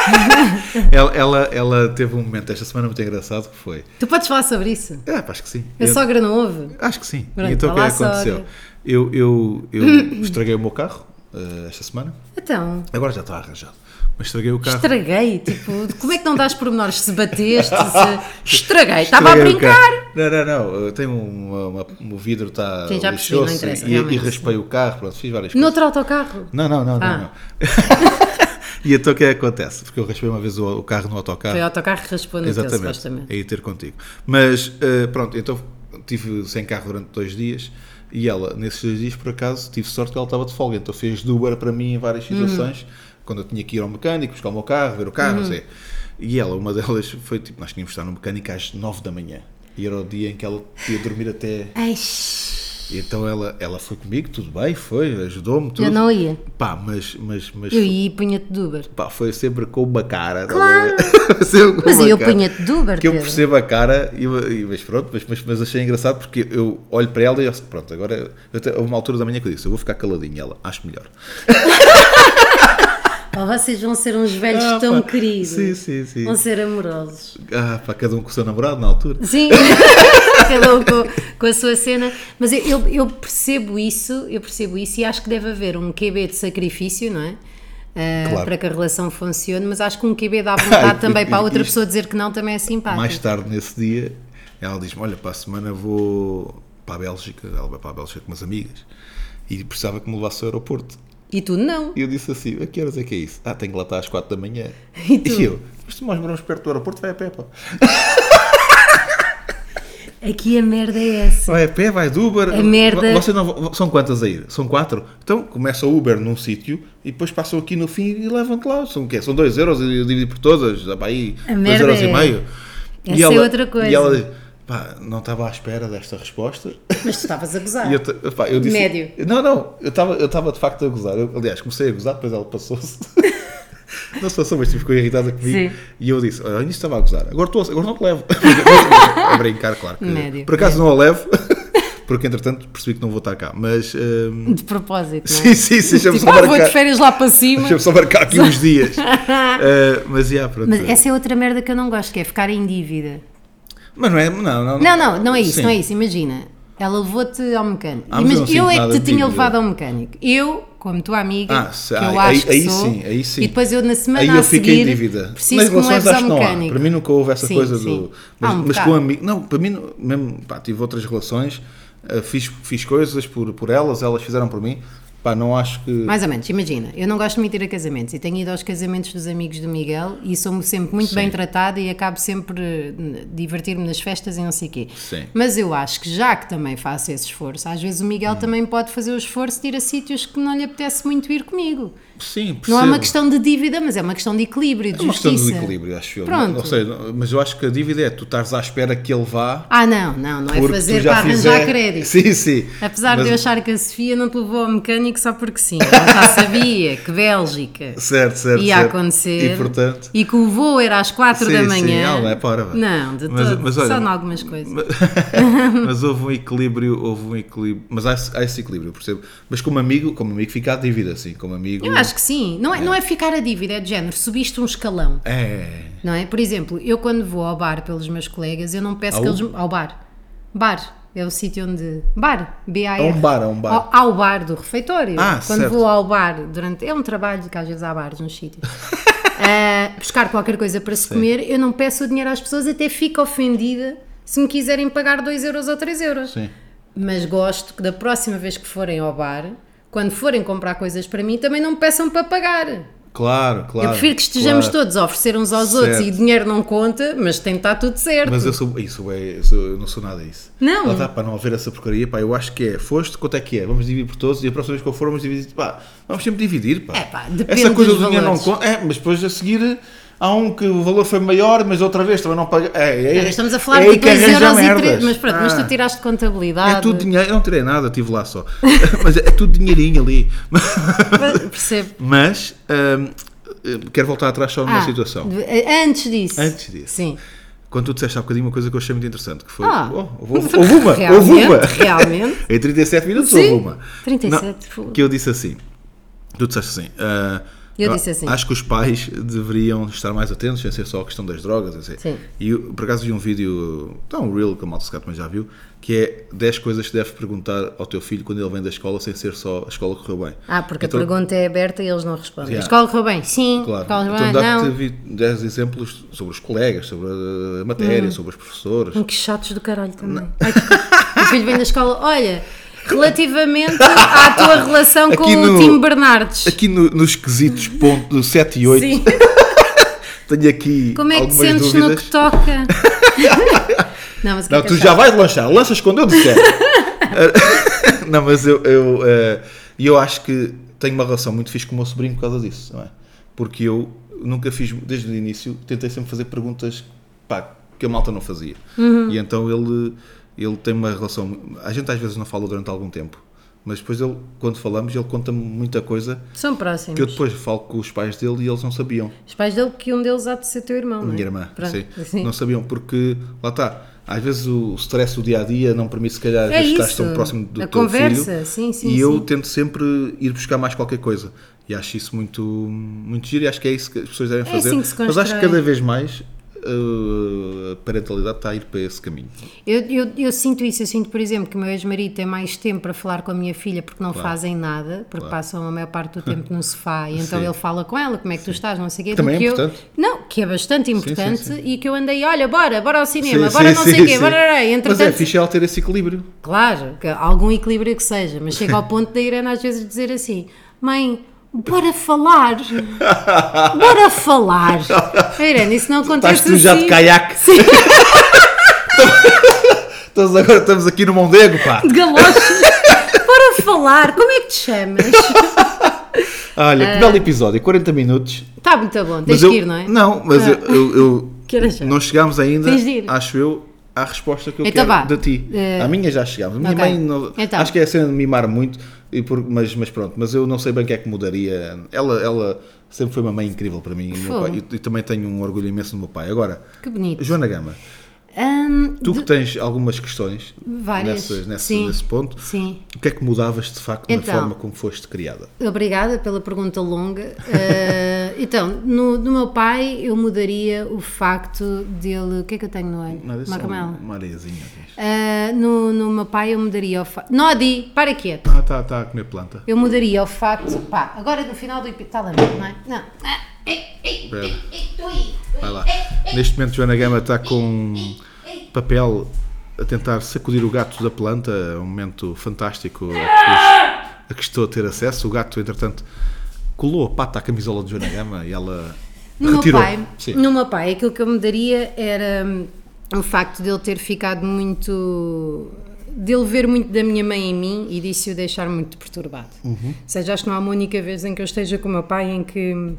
Speaker 3: Ela, ela, ela teve um momento esta semana muito engraçado que foi.
Speaker 2: Tu podes falar sobre isso?
Speaker 3: É, pá, acho que sim.
Speaker 2: A
Speaker 3: Eu-
Speaker 2: sogra não ouve?
Speaker 3: Acho que sim.
Speaker 2: Pronto,
Speaker 3: então o que é
Speaker 2: olá,
Speaker 3: que aconteceu?
Speaker 2: sogra.
Speaker 3: Eu, eu, eu estraguei o meu carro eh, esta semana.
Speaker 2: Então,
Speaker 3: Agora já está arranjado. Mas estraguei o carro.
Speaker 2: estraguei. Tipo, como é que não dás pormenores se bateste? Se... Estraguei, estava a
Speaker 3: Estraguei o
Speaker 2: brincar.
Speaker 3: carro. Não, não, não. Eu tenho uma, uma, o vidro está
Speaker 2: Sim, já percebi, não
Speaker 3: lixou-se
Speaker 2: interessa,
Speaker 3: e, e
Speaker 2: realmente,
Speaker 3: raspei o carro. Pronto, fiz várias coisas.
Speaker 2: Noutro autocarro.
Speaker 3: Não, não, não,
Speaker 2: Ah.
Speaker 3: não, não. e então o que é que acontece? Porque eu raspei uma vez o, o carro no autocarro.
Speaker 2: Foi o autocarro que raspou no teu,
Speaker 3: Exatamente.
Speaker 2: supostamente.
Speaker 3: É ir ter contigo. Mas eh, pronto, então tive sem carro durante dois dias e ela, nesses dois dias, por acaso, tive sorte que ela estava de folga. Então fez de Uber para mim em várias
Speaker 2: Uhum.
Speaker 3: situações, quando eu tinha que ir ao mecânico, buscar o meu carro, ver o carro, não sei. E ela, uma delas foi tipo, nós tínhamos de estar no mecânico às nove da manhã. E era o dia em que ela ia dormir até
Speaker 2: Ai, shhh.
Speaker 3: E então ela, ela foi comigo, tudo bem, foi, ajudou-me, tudo.
Speaker 2: Eu não ia.
Speaker 3: Pá, mas, mas, mas
Speaker 2: Eu ia e punha-te de Uber.
Speaker 3: pá, foi sempre com uma cara. estás a ver? Sempre com
Speaker 2: Mas
Speaker 3: uma
Speaker 2: eu
Speaker 3: cara.
Speaker 2: punha-te de Uber,
Speaker 3: Que eu
Speaker 2: Pedro.
Speaker 3: percebo a cara, e, e- mas pronto, mas, mas, mas achei engraçado porque eu olho para ela e eu, pronto, agora eu te- houve uma altura da manhã que eu disse, eu vou ficar caladinho, ela, acho melhor.
Speaker 2: Oh, vocês vão ser uns velhos
Speaker 3: Ah,
Speaker 2: tão
Speaker 3: pá.
Speaker 2: queridos.
Speaker 3: Sim, sim, sim.
Speaker 2: Vão ser amorosos.
Speaker 3: Ah, pá, cada um com o seu namorado na altura.
Speaker 2: Sim, cada um com, com a sua cena. Mas eu, eu, eu percebo isso, eu percebo isso e acho que deve haver um QB de sacrifício, não é? Ah,
Speaker 3: Claro.
Speaker 2: Para que a relação funcione, mas acho que um QB dá vontade
Speaker 3: Ai,
Speaker 2: também para a outra
Speaker 3: isto-
Speaker 2: pessoa dizer que não também é simpático.
Speaker 3: Mais tarde nesse dia, ela diz-me: Olha, para a semana vou para a Bélgica. Ela vai para a Bélgica com umas amigas e precisava que me levasse ao aeroporto.
Speaker 2: E tu não.
Speaker 3: E eu disse assim: A que horas é que é isso? Ah, tenho que lá estar às 4 da manhã.
Speaker 2: E tu?
Speaker 3: eu: Mas se nós moramos perto do aeroporto, vai a pé, pá.
Speaker 2: Aqui a merda é essa.
Speaker 3: Vai a pé, vai de Uber.
Speaker 2: A É merda-
Speaker 3: Vocês não vão- São quantas a ir? São quatro? Então começa o Uber num sítio e depois passam aqui no fim e levam-te lá. São o quê? São 2 euros e eu dividi por todas. Dá para aí
Speaker 2: A merda
Speaker 3: 2 euros
Speaker 2: é-
Speaker 3: e meio.
Speaker 2: Essa é outra coisa.
Speaker 3: E ela diz: Pá, não estava à espera desta resposta.
Speaker 2: Mas tu estavas a gozar.
Speaker 3: E eu, te- pá, eu disse,
Speaker 2: Médio.
Speaker 3: Não, não, eu estava eu estava de facto a gozar. Eu, aliás, comecei a gozar, depois ela passou-se. não se passou, mas tipo, ficou irritada comigo.
Speaker 2: Sim.
Speaker 3: E eu disse: Olha, eu ainda estava a gozar, agora, estou a- agora não te levo. a brincar, claro. que-
Speaker 2: Médio.
Speaker 3: por acaso não a levo, porque entretanto percebi que não vou estar cá. Mas. hum,
Speaker 2: De propósito, não é?
Speaker 3: sim, sim, sim, deixa-me
Speaker 2: Tipo,
Speaker 3: só
Speaker 2: ah, vou de
Speaker 3: marcar.
Speaker 2: férias lá para cima.
Speaker 3: Deixa-me só marcar aqui uns dias. Ah, mas, yeah, pronto.
Speaker 2: Mas essa é outra merda que eu não gosto, que é ficar em dívida.
Speaker 3: Mas não é. Não, não,
Speaker 2: Não, não, não é isso,
Speaker 3: Sim.
Speaker 2: não é isso. Imagina, ela levou-te ao mecânico.
Speaker 3: Ah, mas eu não
Speaker 2: Imagina,
Speaker 3: sinto
Speaker 2: eu é
Speaker 3: nada
Speaker 2: que te
Speaker 3: de
Speaker 2: tinha
Speaker 3: dívida.
Speaker 2: levado ao mecânico. Eu, como tua amiga,
Speaker 3: Ah, se-
Speaker 2: que eu
Speaker 3: ah, aí-
Speaker 2: acho que
Speaker 3: aí
Speaker 2: sou,
Speaker 3: sim, aí sim.
Speaker 2: e depois eu na semana
Speaker 3: Aí
Speaker 2: a
Speaker 3: eu fiquei em
Speaker 2: seguir,
Speaker 3: dívida.
Speaker 2: preciso que me
Speaker 3: é
Speaker 2: leves ao mecânico.
Speaker 3: Para mim nunca houve essa
Speaker 2: Sim,
Speaker 3: coisa
Speaker 2: sim.
Speaker 3: do. Mas,
Speaker 2: Há um
Speaker 3: mas
Speaker 2: bocado.
Speaker 3: com amigo. Não, para mim, não- mesmo, pá, tive outras relações, eh, fiz, fiz coisas por, por elas, elas fizeram por mim. Pá, não acho que.
Speaker 2: Mais ou menos, imagina, eu não gosto muito de ir a casamentos e tenho ido aos casamentos dos amigos do Miguel e sou sempre muito bem tratada e acabo sempre eh, divertir-me nas festas e não sei o quê.
Speaker 3: Sim.
Speaker 2: Mas eu acho que já que também faço esse esforço, às vezes o Miguel
Speaker 3: Hum.
Speaker 2: também pode fazer o esforço de ir a sítios que não lhe apetece muito ir comigo.
Speaker 3: Sim, percebo.
Speaker 2: Não é uma questão de dívida, mas é uma questão de equilíbrio, e de
Speaker 3: É uma
Speaker 2: justiça.
Speaker 3: questão de equilíbrio, acho eu.
Speaker 2: Pronto.
Speaker 3: Não, não sei, não- mas eu acho que a dívida é tu estares à espera que ele vá.
Speaker 2: Ah, não, não, não é
Speaker 3: porque
Speaker 2: fazer
Speaker 3: tu já
Speaker 2: para arranjar
Speaker 3: fizer-
Speaker 2: crédito.
Speaker 3: Sim, sim.
Speaker 2: Apesar
Speaker 3: Mas-
Speaker 2: de eu achar que a Sofia não te levou ao mecânico só porque sim, ela já sabia que Bélgica
Speaker 3: Certo, certo.
Speaker 2: ia
Speaker 3: certo.
Speaker 2: acontecer
Speaker 3: E portanto.
Speaker 2: e que o voo era às 4
Speaker 3: Sim,
Speaker 2: da
Speaker 3: sim,
Speaker 2: manhã.
Speaker 3: ah, não é para hora, vá.
Speaker 2: Não, de
Speaker 3: Mas-
Speaker 2: todo,
Speaker 3: mas
Speaker 2: só
Speaker 3: olha,
Speaker 2: em algumas coisas.
Speaker 3: mas houve um equilíbrio, houve um equilíbrio. Mas há, esse- há esse equilíbrio, eu percebo. Mas como amigo, como amigo fica à dívida, assim, como amigo.
Speaker 2: Eu acho que sim, não é, não é ficar a dívida, é de género, subiste um escalão,
Speaker 3: É.
Speaker 2: não é? Por exemplo, eu quando vou ao bar pelos meus colegas, eu não peço
Speaker 3: Ao?
Speaker 2: que eles... me- Ao bar. Bar. É o sítio onde... Bar. B-A-R.
Speaker 3: Há um bar, há um bar.
Speaker 2: Ao, ao bar do refeitório.
Speaker 3: Ah,
Speaker 2: Quando
Speaker 3: certo.
Speaker 2: vou ao bar durante. É um trabalho que às vezes há bares nos sítios. Ah, buscar qualquer coisa para se comer, eu não peço o dinheiro às pessoas, até fico ofendida se me quiserem pagar 2 euros ou 3 euros.
Speaker 3: Sim.
Speaker 2: Mas gosto que da próxima vez que forem ao bar, quando forem comprar coisas para mim, também não me peçam para pagar.
Speaker 3: Claro, claro.
Speaker 2: eu prefiro que estejamos
Speaker 3: claro.
Speaker 2: todos a oferecer uns aos outros e
Speaker 3: Certo.
Speaker 2: o dinheiro não conta, mas tem de estar tudo certo.
Speaker 3: Mas eu sou, isso é, eu, sou- eu não sou nada a isso.
Speaker 2: Não.
Speaker 3: Lá está, para não haver essa porcaria, pá, eu acho que é, foste, quanto é que é? Vamos dividir por todos e a próxima vez que eu for, vamos dividir, pá, vamos sempre dividir, pá.
Speaker 2: É, pá, depende
Speaker 3: Essa coisa
Speaker 2: dos
Speaker 3: do dinheiro não
Speaker 2: valores.
Speaker 3: conta, é, mas depois a seguir há um que o valor foi maior, mas outra vez também não paga. É, é,
Speaker 2: Agora Estamos a falar
Speaker 3: é aí
Speaker 2: de
Speaker 3: que
Speaker 2: 2
Speaker 3: arranja
Speaker 2: euros e
Speaker 3: merdas.
Speaker 2: 3. Mas pronto, mas
Speaker 3: Ah.
Speaker 2: tu tiraste contabilidade.
Speaker 3: É tudo dinheiro, eu não tirei nada, estive lá só. Mas é tudo dinheirinho ali.
Speaker 2: Percebo.
Speaker 3: Mas hum, eh, quero voltar atrás só numa
Speaker 2: Ah,
Speaker 3: situação.
Speaker 2: de- eh, Antes disso.
Speaker 3: Antes disso.
Speaker 2: Sim.
Speaker 3: Quando tu disseste há bocadinho uma coisa que eu achei muito interessante, que foi.
Speaker 2: Ah,
Speaker 3: Oh, houve, houve uma!
Speaker 2: realmente,
Speaker 3: Houve uma!
Speaker 2: realmente.
Speaker 3: em 37 minutos
Speaker 2: Sim,
Speaker 3: houve uma.
Speaker 2: 37,
Speaker 3: Não,
Speaker 2: fogo.
Speaker 3: que eu disse assim. Tu disseste assim. ah,
Speaker 2: tipo, Eu disse assim.
Speaker 3: Acho que os pais deveriam estar mais atentos, sem ser só a questão das drogas. Assim.
Speaker 2: Sim.
Speaker 3: E eu, por acaso vi um vídeo, não, um reel que a malta se calhar também já viu, que é 10 coisas que deves perguntar ao teu filho quando ele vem da escola, sem ser só a escola correu bem.
Speaker 2: Ah, porque
Speaker 3: Então-
Speaker 2: a pergunta é aberta e eles não respondem. A
Speaker 3: Yeah.
Speaker 2: escola correu bem? Sim.
Speaker 3: Claro.
Speaker 2: Escola
Speaker 3: Então
Speaker 2: correu bem?
Speaker 3: dá-te
Speaker 2: Não.
Speaker 3: vi- 10 exemplos sobre os colegas, sobre a- a
Speaker 2: Hum.
Speaker 3: matéria, sobre os professores.
Speaker 2: Que chatos do caralho também. Ai, que- o filho vem da escola. Olha, relativamente à tua relação com
Speaker 3: Aqui no-
Speaker 2: o Tim Bernardes.
Speaker 3: Aqui no- nos quesitos ponto 7 e 8,
Speaker 2: Sim.
Speaker 3: tenho aqui
Speaker 2: Como é que te
Speaker 3: algumas
Speaker 2: sentes no
Speaker 3: dúvidas.
Speaker 2: que toca? não, mas o que é
Speaker 3: Não,
Speaker 2: que
Speaker 3: tu
Speaker 2: é
Speaker 3: já
Speaker 2: chato?
Speaker 3: vais lanchar, lanças quando eu disser. não, mas eu, eu, eh, eu acho que tenho uma relação muito fixe com o meu sobrinho por causa disso, não é? Porque eu nunca fiz, desde Uhum. o início, tentei sempre fazer perguntas pá, que a malta não fazia. E então ele ele tem uma relação. A gente às vezes não fala durante algum tempo, mas depois ele, quando falamos, ele conta-me muita coisa
Speaker 2: São próximos.
Speaker 3: que eu depois falo com os pais dele e eles não sabiam.
Speaker 2: Os pais dele, que um deles há de ser teu irmão. não é?
Speaker 3: Minha irmã,
Speaker 2: Pronto,
Speaker 3: sim.
Speaker 2: assim.
Speaker 3: Não sabiam, porque lá está. Às vezes o stress do dia a dia não permite, se calhar, às
Speaker 2: É
Speaker 3: vezes estás
Speaker 2: isso,
Speaker 3: tão próximo do
Speaker 2: a
Speaker 3: teu
Speaker 2: conversa,
Speaker 3: filho.
Speaker 2: sim, sim,
Speaker 3: E eu
Speaker 2: sim.
Speaker 3: tento sempre ir buscar mais qualquer coisa. E acho isso muito, muito giro e acho que é isso que as pessoas devem
Speaker 2: É
Speaker 3: fazer.
Speaker 2: assim que se
Speaker 3: Mas acho
Speaker 2: constrói.
Speaker 3: que cada vez mais uh, a parentalidade está a ir para esse caminho.
Speaker 2: Eu, eu, eu sinto isso, eu sinto, por exemplo, que o meu ex-marido tem mais tempo para falar com a minha filha porque não fazem nada, porque passam a maior parte do tempo no sofá e então
Speaker 3: Sim.
Speaker 2: ele fala com ela, como é que tu estás, não sei o quê. do
Speaker 3: Também é
Speaker 2: que eu-
Speaker 3: importante.
Speaker 2: não, que é bastante importante
Speaker 3: sim.
Speaker 2: e que eu andei, olha, bora, bora ao cinema,
Speaker 3: Sim,
Speaker 2: bora
Speaker 3: sim,
Speaker 2: É, não sei
Speaker 3: sim,
Speaker 2: o quê,
Speaker 3: sim.
Speaker 2: bora, bora, entretanto,
Speaker 3: Mas é fixe ela ter esse equilíbrio.
Speaker 2: Claro, que algum equilíbrio que seja, mas chega ao ponto da Irene às vezes dizer assim: mãe, bora falar, bora falar. Irene, isso não acontece
Speaker 3: Estás tu já
Speaker 2: assim.
Speaker 3: de caiaque.
Speaker 2: Sim,
Speaker 3: Todos agora estamos aqui no Mondego, pá.
Speaker 2: de galocha. Bora falar, como é que te chamas?
Speaker 3: Olha,
Speaker 2: Ah.
Speaker 3: que belo episódio, 40 minutos.
Speaker 2: Está Tá muito bom, tens
Speaker 3: eu,
Speaker 2: que ir, não é?
Speaker 3: mas
Speaker 2: Ah.
Speaker 3: eu, eu- eu-
Speaker 2: Que horas são?
Speaker 3: não chegámos ainda,
Speaker 2: Tens de ir.
Speaker 3: acho eu, à resposta que eu
Speaker 2: Então
Speaker 3: quero
Speaker 2: vá.
Speaker 3: da ti.
Speaker 2: Eh,
Speaker 3: A minha já chegámos. A minha
Speaker 2: ok.
Speaker 3: mãe não-
Speaker 2: Então.
Speaker 3: acho que é a cena de mimar muito, e por- mas, mas pronto, mas eu não sei bem o que é que mudaria. Ela, ela sempre foi uma mãe incrível para mim e, o meu
Speaker 2: Fogo.
Speaker 3: pai- e- e também tenho um orgulho imenso do meu pai. Agora,
Speaker 2: Que bonito.
Speaker 3: Joana Gama,
Speaker 2: Hum,
Speaker 3: tu que tens algumas questões
Speaker 2: Várias.
Speaker 3: nessas- nesse,
Speaker 2: Sim.
Speaker 3: nesse ponto,
Speaker 2: sim.
Speaker 3: o que é que mudavas de facto na
Speaker 2: Então.
Speaker 3: forma como foste criada?
Speaker 2: Obrigada pela pergunta longa. Eh, então, no, no meu pai, eu mudaria o facto dele. O que é que eu tenho no olho?
Speaker 3: Nada, é só
Speaker 2: Macamela.
Speaker 3: uma areiazinha. diz.
Speaker 2: Ah, no, no meu pai eu mudaria o facto. Nodi, para quieto.
Speaker 3: Ah, está tá a comer planta.
Speaker 2: Eu mudaria o facto. Pá, agora no final do episódio. Está lá, não é? Não. Ah,
Speaker 3: Espera. Vai lá. Neste momento, Joana Gama está com um papel a tentar sacudir o gato da planta. É um momento fantástico a que, a que estou a ter acesso. O gato, entretanto, colou a pata à camisola de Joana Gama e ela
Speaker 2: no, meu
Speaker 3: retirou.
Speaker 2: pai,
Speaker 3: Sim.
Speaker 2: no meu pai, aquilo que eu mudaria era hum, o facto dele ter ficado muito. dele ver muito da minha mãe em mim e disso o deixar muito perturbado.
Speaker 3: Uhum.
Speaker 2: Ou seja, acho que não há uma única vez em que eu esteja com o meu pai em que. hum,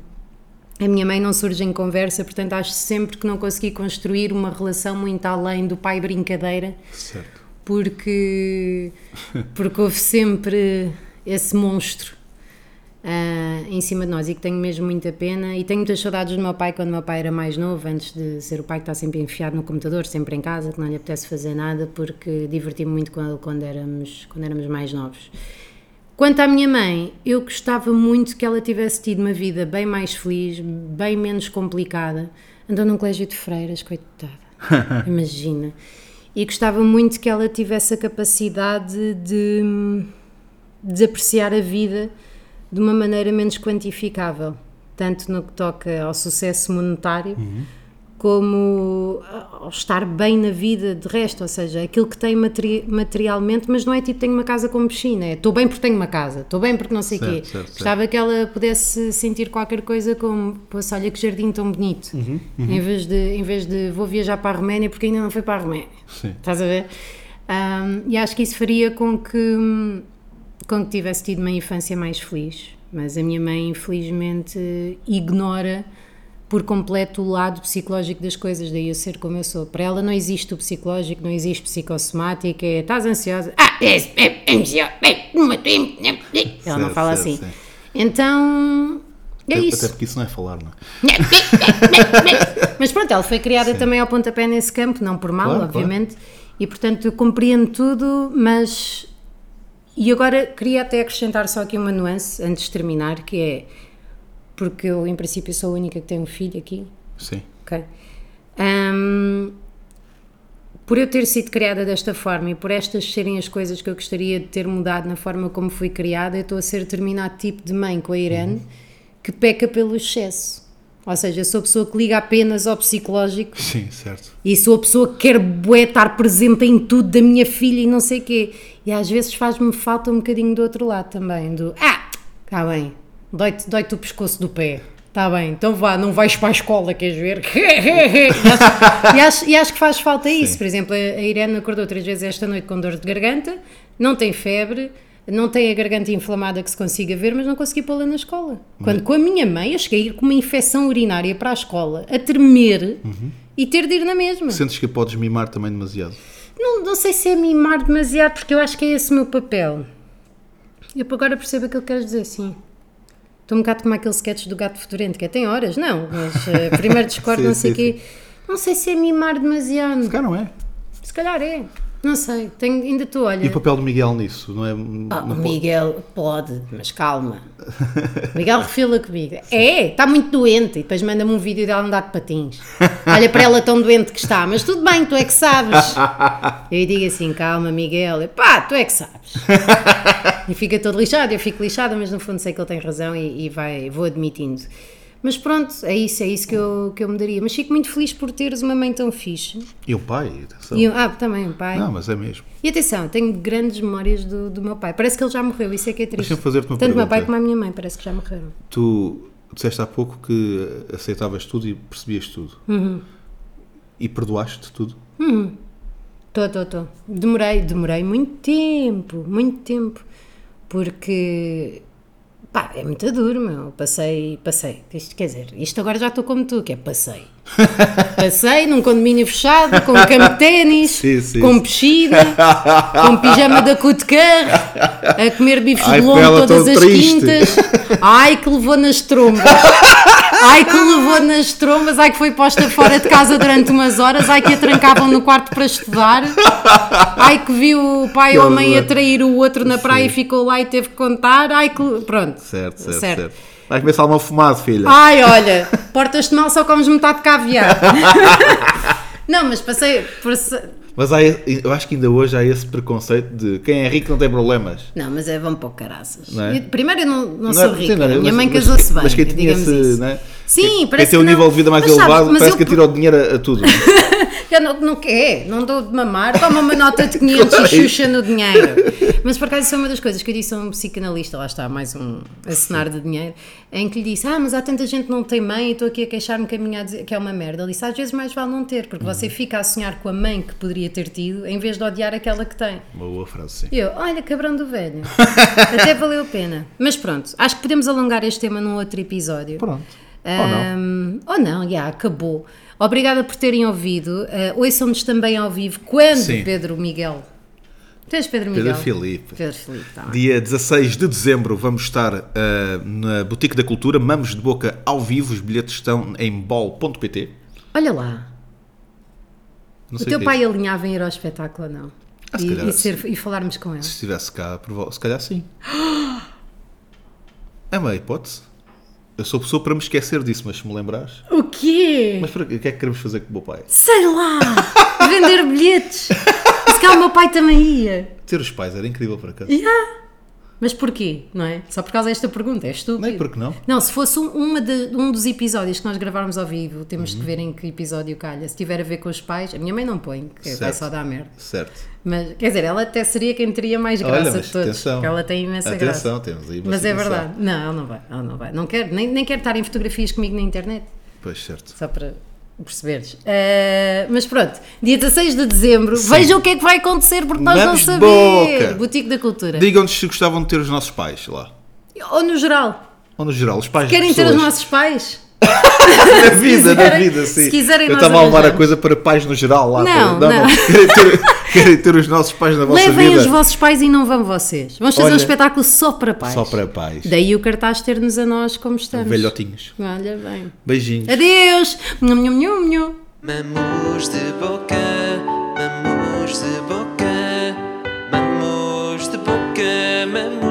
Speaker 2: A minha mãe não surge em conversa, portanto acho sempre que não consegui construir uma relação muito além do pai brincadeira
Speaker 3: Certo.
Speaker 2: porque, porque houve sempre esse monstro ah, em cima de nós e que tenho mesmo muita pena e tenho muitas saudades do meu pai quando o meu pai era mais novo, antes de ser o pai que está sempre enfiado no computador, sempre em casa, que não lhe apetece fazer nada, porque diverti-me muito com ele quando éramos, quando éramos mais novos. Quanto à minha mãe, eu gostava muito que ela tivesse tido uma vida bem mais feliz, bem menos complicada. Andou num colégio de freiras, coitada. Imagina. E gostava muito que ela tivesse a capacidade de, de apreciar a vida de uma maneira menos quantificável, tanto no que toca ao sucesso monetário,
Speaker 3: Uhum.
Speaker 2: como ah, ao estar bem na vida de resto, ou seja, aquilo que tem materi- materialmente, mas não é tipo tenho uma casa com piscina, é estou bem porque tenho uma casa, estou bem porque não sei o quê.
Speaker 3: Certo, certo, certo.
Speaker 2: Gostava que ela pudesse sentir qualquer coisa como, poxa, olha que jardim tão bonito,
Speaker 3: Uhum,
Speaker 2: Em, vez de, em vez de vou viajar para a Roménia porque ainda não foi para a Roménia.
Speaker 3: Sim.
Speaker 2: Estás a ver? Ahm, e acho que isso faria com que, hum, com que tivesse tido uma infância mais feliz. Mas a minha mãe, infelizmente, ignora por completo o lado psicológico das coisas, daí eu ser como eu sou. Para ela não existe o psicológico, não existe psicossomática, é estás ansiosa. Ah, é, é, é ansiosa. é, não me tem, é, é." Ela não
Speaker 3: Certo,
Speaker 2: fala
Speaker 3: certo,
Speaker 2: assim.
Speaker 3: sim.
Speaker 2: Então, é
Speaker 3: Até-
Speaker 2: isso.
Speaker 3: Até porque isso não é falar, não é?
Speaker 2: Mas pronto, ela foi criada também ao pontapé nesse campo, não por mal,
Speaker 3: Claro, claro.
Speaker 2: obviamente. E portanto eu compreendo tudo, mas. E agora queria até acrescentar só aqui uma nuance antes de terminar, que é. Porque eu, em princípio, sou a única que tem um filho aqui,
Speaker 3: Sim.
Speaker 2: ok? Ahm, por eu ter sido criada desta forma e por estas serem as coisas que eu gostaria de ter mudado na forma como fui criada, eu estou a ser determinado tipo de mãe com a Irene que peca pelo excesso. Ou seja, eu sou a pessoa que liga apenas ao psicológico
Speaker 3: Sim, certo.
Speaker 2: e sou a pessoa que quer bué estar presente em tudo da minha filha e não sei quê. E às vezes faz-me falta um bocadinho do outro lado também, do ah, está bem, dói-te dói o pescoço do pé. Está bem, então vá, não vais para a escola, queres ver? e, acho, e, acho, e acho que faz falta isso. Por exemplo, a a Irene acordou três vezes esta noite com dor de garganta, não tem febre, não tem a garganta inflamada que se consiga ver, mas não consegui pô-la na escola. Quando com a minha mãe, eu cheguei a ir com uma infecção urinária para a escola, a tremer e ter de ir na mesma.
Speaker 3: Sentes que a podes mimar também demasiado.
Speaker 2: Não, não sei se é mimar demasiado, porque eu acho que é esse o meu papel. Eu agora percebo aquilo que queres dizer, sim. Estou um bocado como aquele sketch do gato fedorento, que é tem horas, não, mas eh, primeiro discordo,
Speaker 3: Sim,
Speaker 2: não sei o
Speaker 3: sim,
Speaker 2: quê. Não sei se é mimar demasiado.
Speaker 3: Cá não é.
Speaker 2: Se calhar é. Não sei. Tenho, ainda estou, olha.
Speaker 3: E o papel do Miguel nisso, não é?
Speaker 2: Ah,
Speaker 3: não
Speaker 2: o
Speaker 3: pode-
Speaker 2: Miguel pode, mas calma. O Miguel refila comigo. É, está muito doente. E depois manda-me um vídeo dela andar de patins. Olha para ela tão doente que está, mas tudo bem, tu é que sabes. Eu lhe digo assim: calma, Miguel. Eu, Pá, tu é que sabes. E fica todo lixado, eu fico lixada, mas no fundo sei que ele tem razão e, e vai, vou admitindo. Mas pronto, é isso, é isso que eu, que eu me daria. Mas fico muito feliz por teres uma mãe tão fixe.
Speaker 3: E o pai, atenção.
Speaker 2: E, um- ah, também um pai.
Speaker 3: Não, mas é mesmo.
Speaker 2: E atenção, tenho grandes memórias do, do meu pai. Parece que ele já morreu, isso é que é triste.
Speaker 3: Deixa-me fazer-te uma
Speaker 2: Tanto o meu pai como
Speaker 3: pergunta.
Speaker 2: a minha mãe, parece que já morreram.
Speaker 3: Tu disseste há pouco que aceitavas tudo e percebias tudo.
Speaker 2: Uhum.
Speaker 3: E perdoaste tudo.
Speaker 2: Estou, estou, estou. Demorei, demorei muito tempo, muito tempo. Porque, pá, é muito duro, meu. Passei, passei. Isto quer dizer, isto agora já estou como tu, que é passei. passei num condomínio fechado, com um campo de ténis,
Speaker 3: Sim, sim,
Speaker 2: com
Speaker 3: sim.
Speaker 2: piscina, com pijama da Cutecar, a comer bifes
Speaker 3: Ai,
Speaker 2: de lombo
Speaker 3: Pela,
Speaker 2: todas
Speaker 3: tão
Speaker 2: as
Speaker 3: triste.
Speaker 2: quintas. Ai, que levou nas trombas. Ai, que levou nas trombas. Ai, que foi posta fora de casa durante umas horas. Ai, que a trancavam no quarto para estudar. Ai, que viu o pai
Speaker 3: Que
Speaker 2: ou a mãe a
Speaker 3: horror.
Speaker 2: trair o outro na praia e ficou lá e teve que contar. Ai, que. Pronto.
Speaker 3: Certo, certo, certo. Vai comer salmão fumado, filha.
Speaker 2: Ai, olha, portas-te mal, só comes metade de caviar. Não, mas passei. por se-
Speaker 3: Mas há, e- eu acho que ainda hoje há esse preconceito de quem é rico não tem problemas.
Speaker 2: Não, mas é vão para o caraças.
Speaker 3: Não é?
Speaker 2: Eu- primeiro, eu não, não,
Speaker 3: Não é-
Speaker 2: sou
Speaker 3: sim,
Speaker 2: rica.
Speaker 3: não é?
Speaker 2: Minha
Speaker 3: Mas-
Speaker 2: mãe
Speaker 3: mas-
Speaker 2: casou-se bem.
Speaker 3: Mas quem tinha
Speaker 2: digamos isso.
Speaker 3: esse. Né?
Speaker 2: Sim,
Speaker 3: quem,
Speaker 2: parece
Speaker 3: quem tem
Speaker 2: que
Speaker 3: um nível
Speaker 2: não.
Speaker 3: de vida mais
Speaker 2: Mas sabes,
Speaker 3: elevado,
Speaker 2: mas
Speaker 3: parece
Speaker 2: eu-
Speaker 3: que atira o dinheiro a, a tudo.
Speaker 2: Eu não, não quer, não dou de mamar, toma uma nota de 500
Speaker 3: Claro, é
Speaker 2: e
Speaker 3: isso.
Speaker 2: xuxa no dinheiro. Mas por acaso isso é uma das coisas que eu disse a um psicanalista, lá está, mais um acenar de dinheiro, em que lhe disse: Ah, mas há tanta gente que não tem mãe e estou aqui a queixar-me que a minha a dizer que é uma merda. Ele disse: Às vezes mais vale não ter, porque você fica a sonhar com a mãe que poderia ter tido em vez de odiar aquela que tem.
Speaker 3: Uma boa frase, sim.
Speaker 2: E eu, olha, cabrão do velho, até valeu a pena. Mas pronto, acho que podemos alongar este tema num outro episódio.
Speaker 3: Pronto. Ou não?
Speaker 2: Ahm, Ou não, já acabou. Obrigada por terem ouvido. Uh, Ouçam-nos também ao vivo quando
Speaker 3: Sim.
Speaker 2: Pedro Miguel. Tu és Pedro
Speaker 3: Pedro
Speaker 2: Miguel?
Speaker 3: Filipe.
Speaker 2: Pedro Filipe, tá. bem.
Speaker 3: Dia 16 de dezembro vamos estar ah, na Boutique da Cultura, Mamos de Boca ao vivo. Os bilhetes estão em bol.pt.
Speaker 2: Olha lá,
Speaker 3: Não
Speaker 2: o
Speaker 3: sei
Speaker 2: teu
Speaker 3: que é
Speaker 2: pai
Speaker 3: isso.
Speaker 2: alinhava em ir ao espetáculo ou não?
Speaker 3: Ah, se
Speaker 2: e,
Speaker 3: calhar
Speaker 2: e, ser- e falarmos com ele.
Speaker 3: Se estivesse cá, prova- se calhar sim. É uma hipótese. Eu sou pessoa para me esquecer disso, mas se me lembrares.
Speaker 2: O quê?
Speaker 3: Mas para, o que é que queremos fazer com o meu pai?
Speaker 2: Sei lá! Vender bilhetes! Se calhar o meu pai também ia.
Speaker 3: Ter os pais era incrível para cá.
Speaker 2: Mas porquê? Não é? Só por causa desta pergunta, é estúpido.
Speaker 3: Nem porque não.
Speaker 2: Não, se fosse um, uma de- um dos episódios que nós gravarmos ao vivo, temos
Speaker 3: Uhum.
Speaker 2: que ver em que episódio calha. Se tiver a ver com os pais, a minha mãe não põe, que vai
Speaker 3: Certo.
Speaker 2: só dar merda.
Speaker 3: Certo.
Speaker 2: Mas, quer dizer, ela até seria quem teria mais graça
Speaker 3: Olha,
Speaker 2: de
Speaker 3: mas
Speaker 2: todos.
Speaker 3: atenção.
Speaker 2: porque ela tem imensa graça.
Speaker 3: atenção, temos aí uma
Speaker 2: Mas é
Speaker 3: situação.
Speaker 2: verdade. Não, ela não vai. Ela não vai. Não quer, nem, nem quer estar em fotografias comigo na internet.
Speaker 3: Pois, certo.
Speaker 2: Só para perceberes. Ah, mas pronto, dia 16 de dezembro, vejam o que é que vai acontecer, porque nós
Speaker 3: Vamos de
Speaker 2: não
Speaker 3: boca.
Speaker 2: sabemos. Boutique da Cultura.
Speaker 3: Digam-nos se gostavam de ter os nossos pais lá.
Speaker 2: Ou no geral.
Speaker 3: Ou no geral, os pais
Speaker 2: Querem
Speaker 3: de
Speaker 2: ter os
Speaker 3: pessoas.
Speaker 2: nossos pais?
Speaker 3: Na vida, na
Speaker 2: quiserem-
Speaker 3: vida, sim.
Speaker 2: se quiserem,
Speaker 3: Eu
Speaker 2: nós
Speaker 3: estava a levar a
Speaker 2: arranjamos.
Speaker 3: coisa para pais no geral lá.
Speaker 2: Não,
Speaker 3: para-
Speaker 2: não.
Speaker 3: Querem, ter, querem ter os nossos pais na vossa
Speaker 2: Levem
Speaker 3: vida.
Speaker 2: os vossos pais e não vão vocês. Vamos fazer um
Speaker 3: Olha,
Speaker 2: espetáculo só para pais.
Speaker 3: Só para Um pais.
Speaker 2: Daí o cartaz ter-nos a nós como estamos.
Speaker 3: Velhotinhos.
Speaker 2: Olha bem.
Speaker 3: Beijinhos.
Speaker 2: Adeus! Nham, nham, nham, nham.
Speaker 1: Mamus de boca, mamus de boca, mamus de boca, mamus.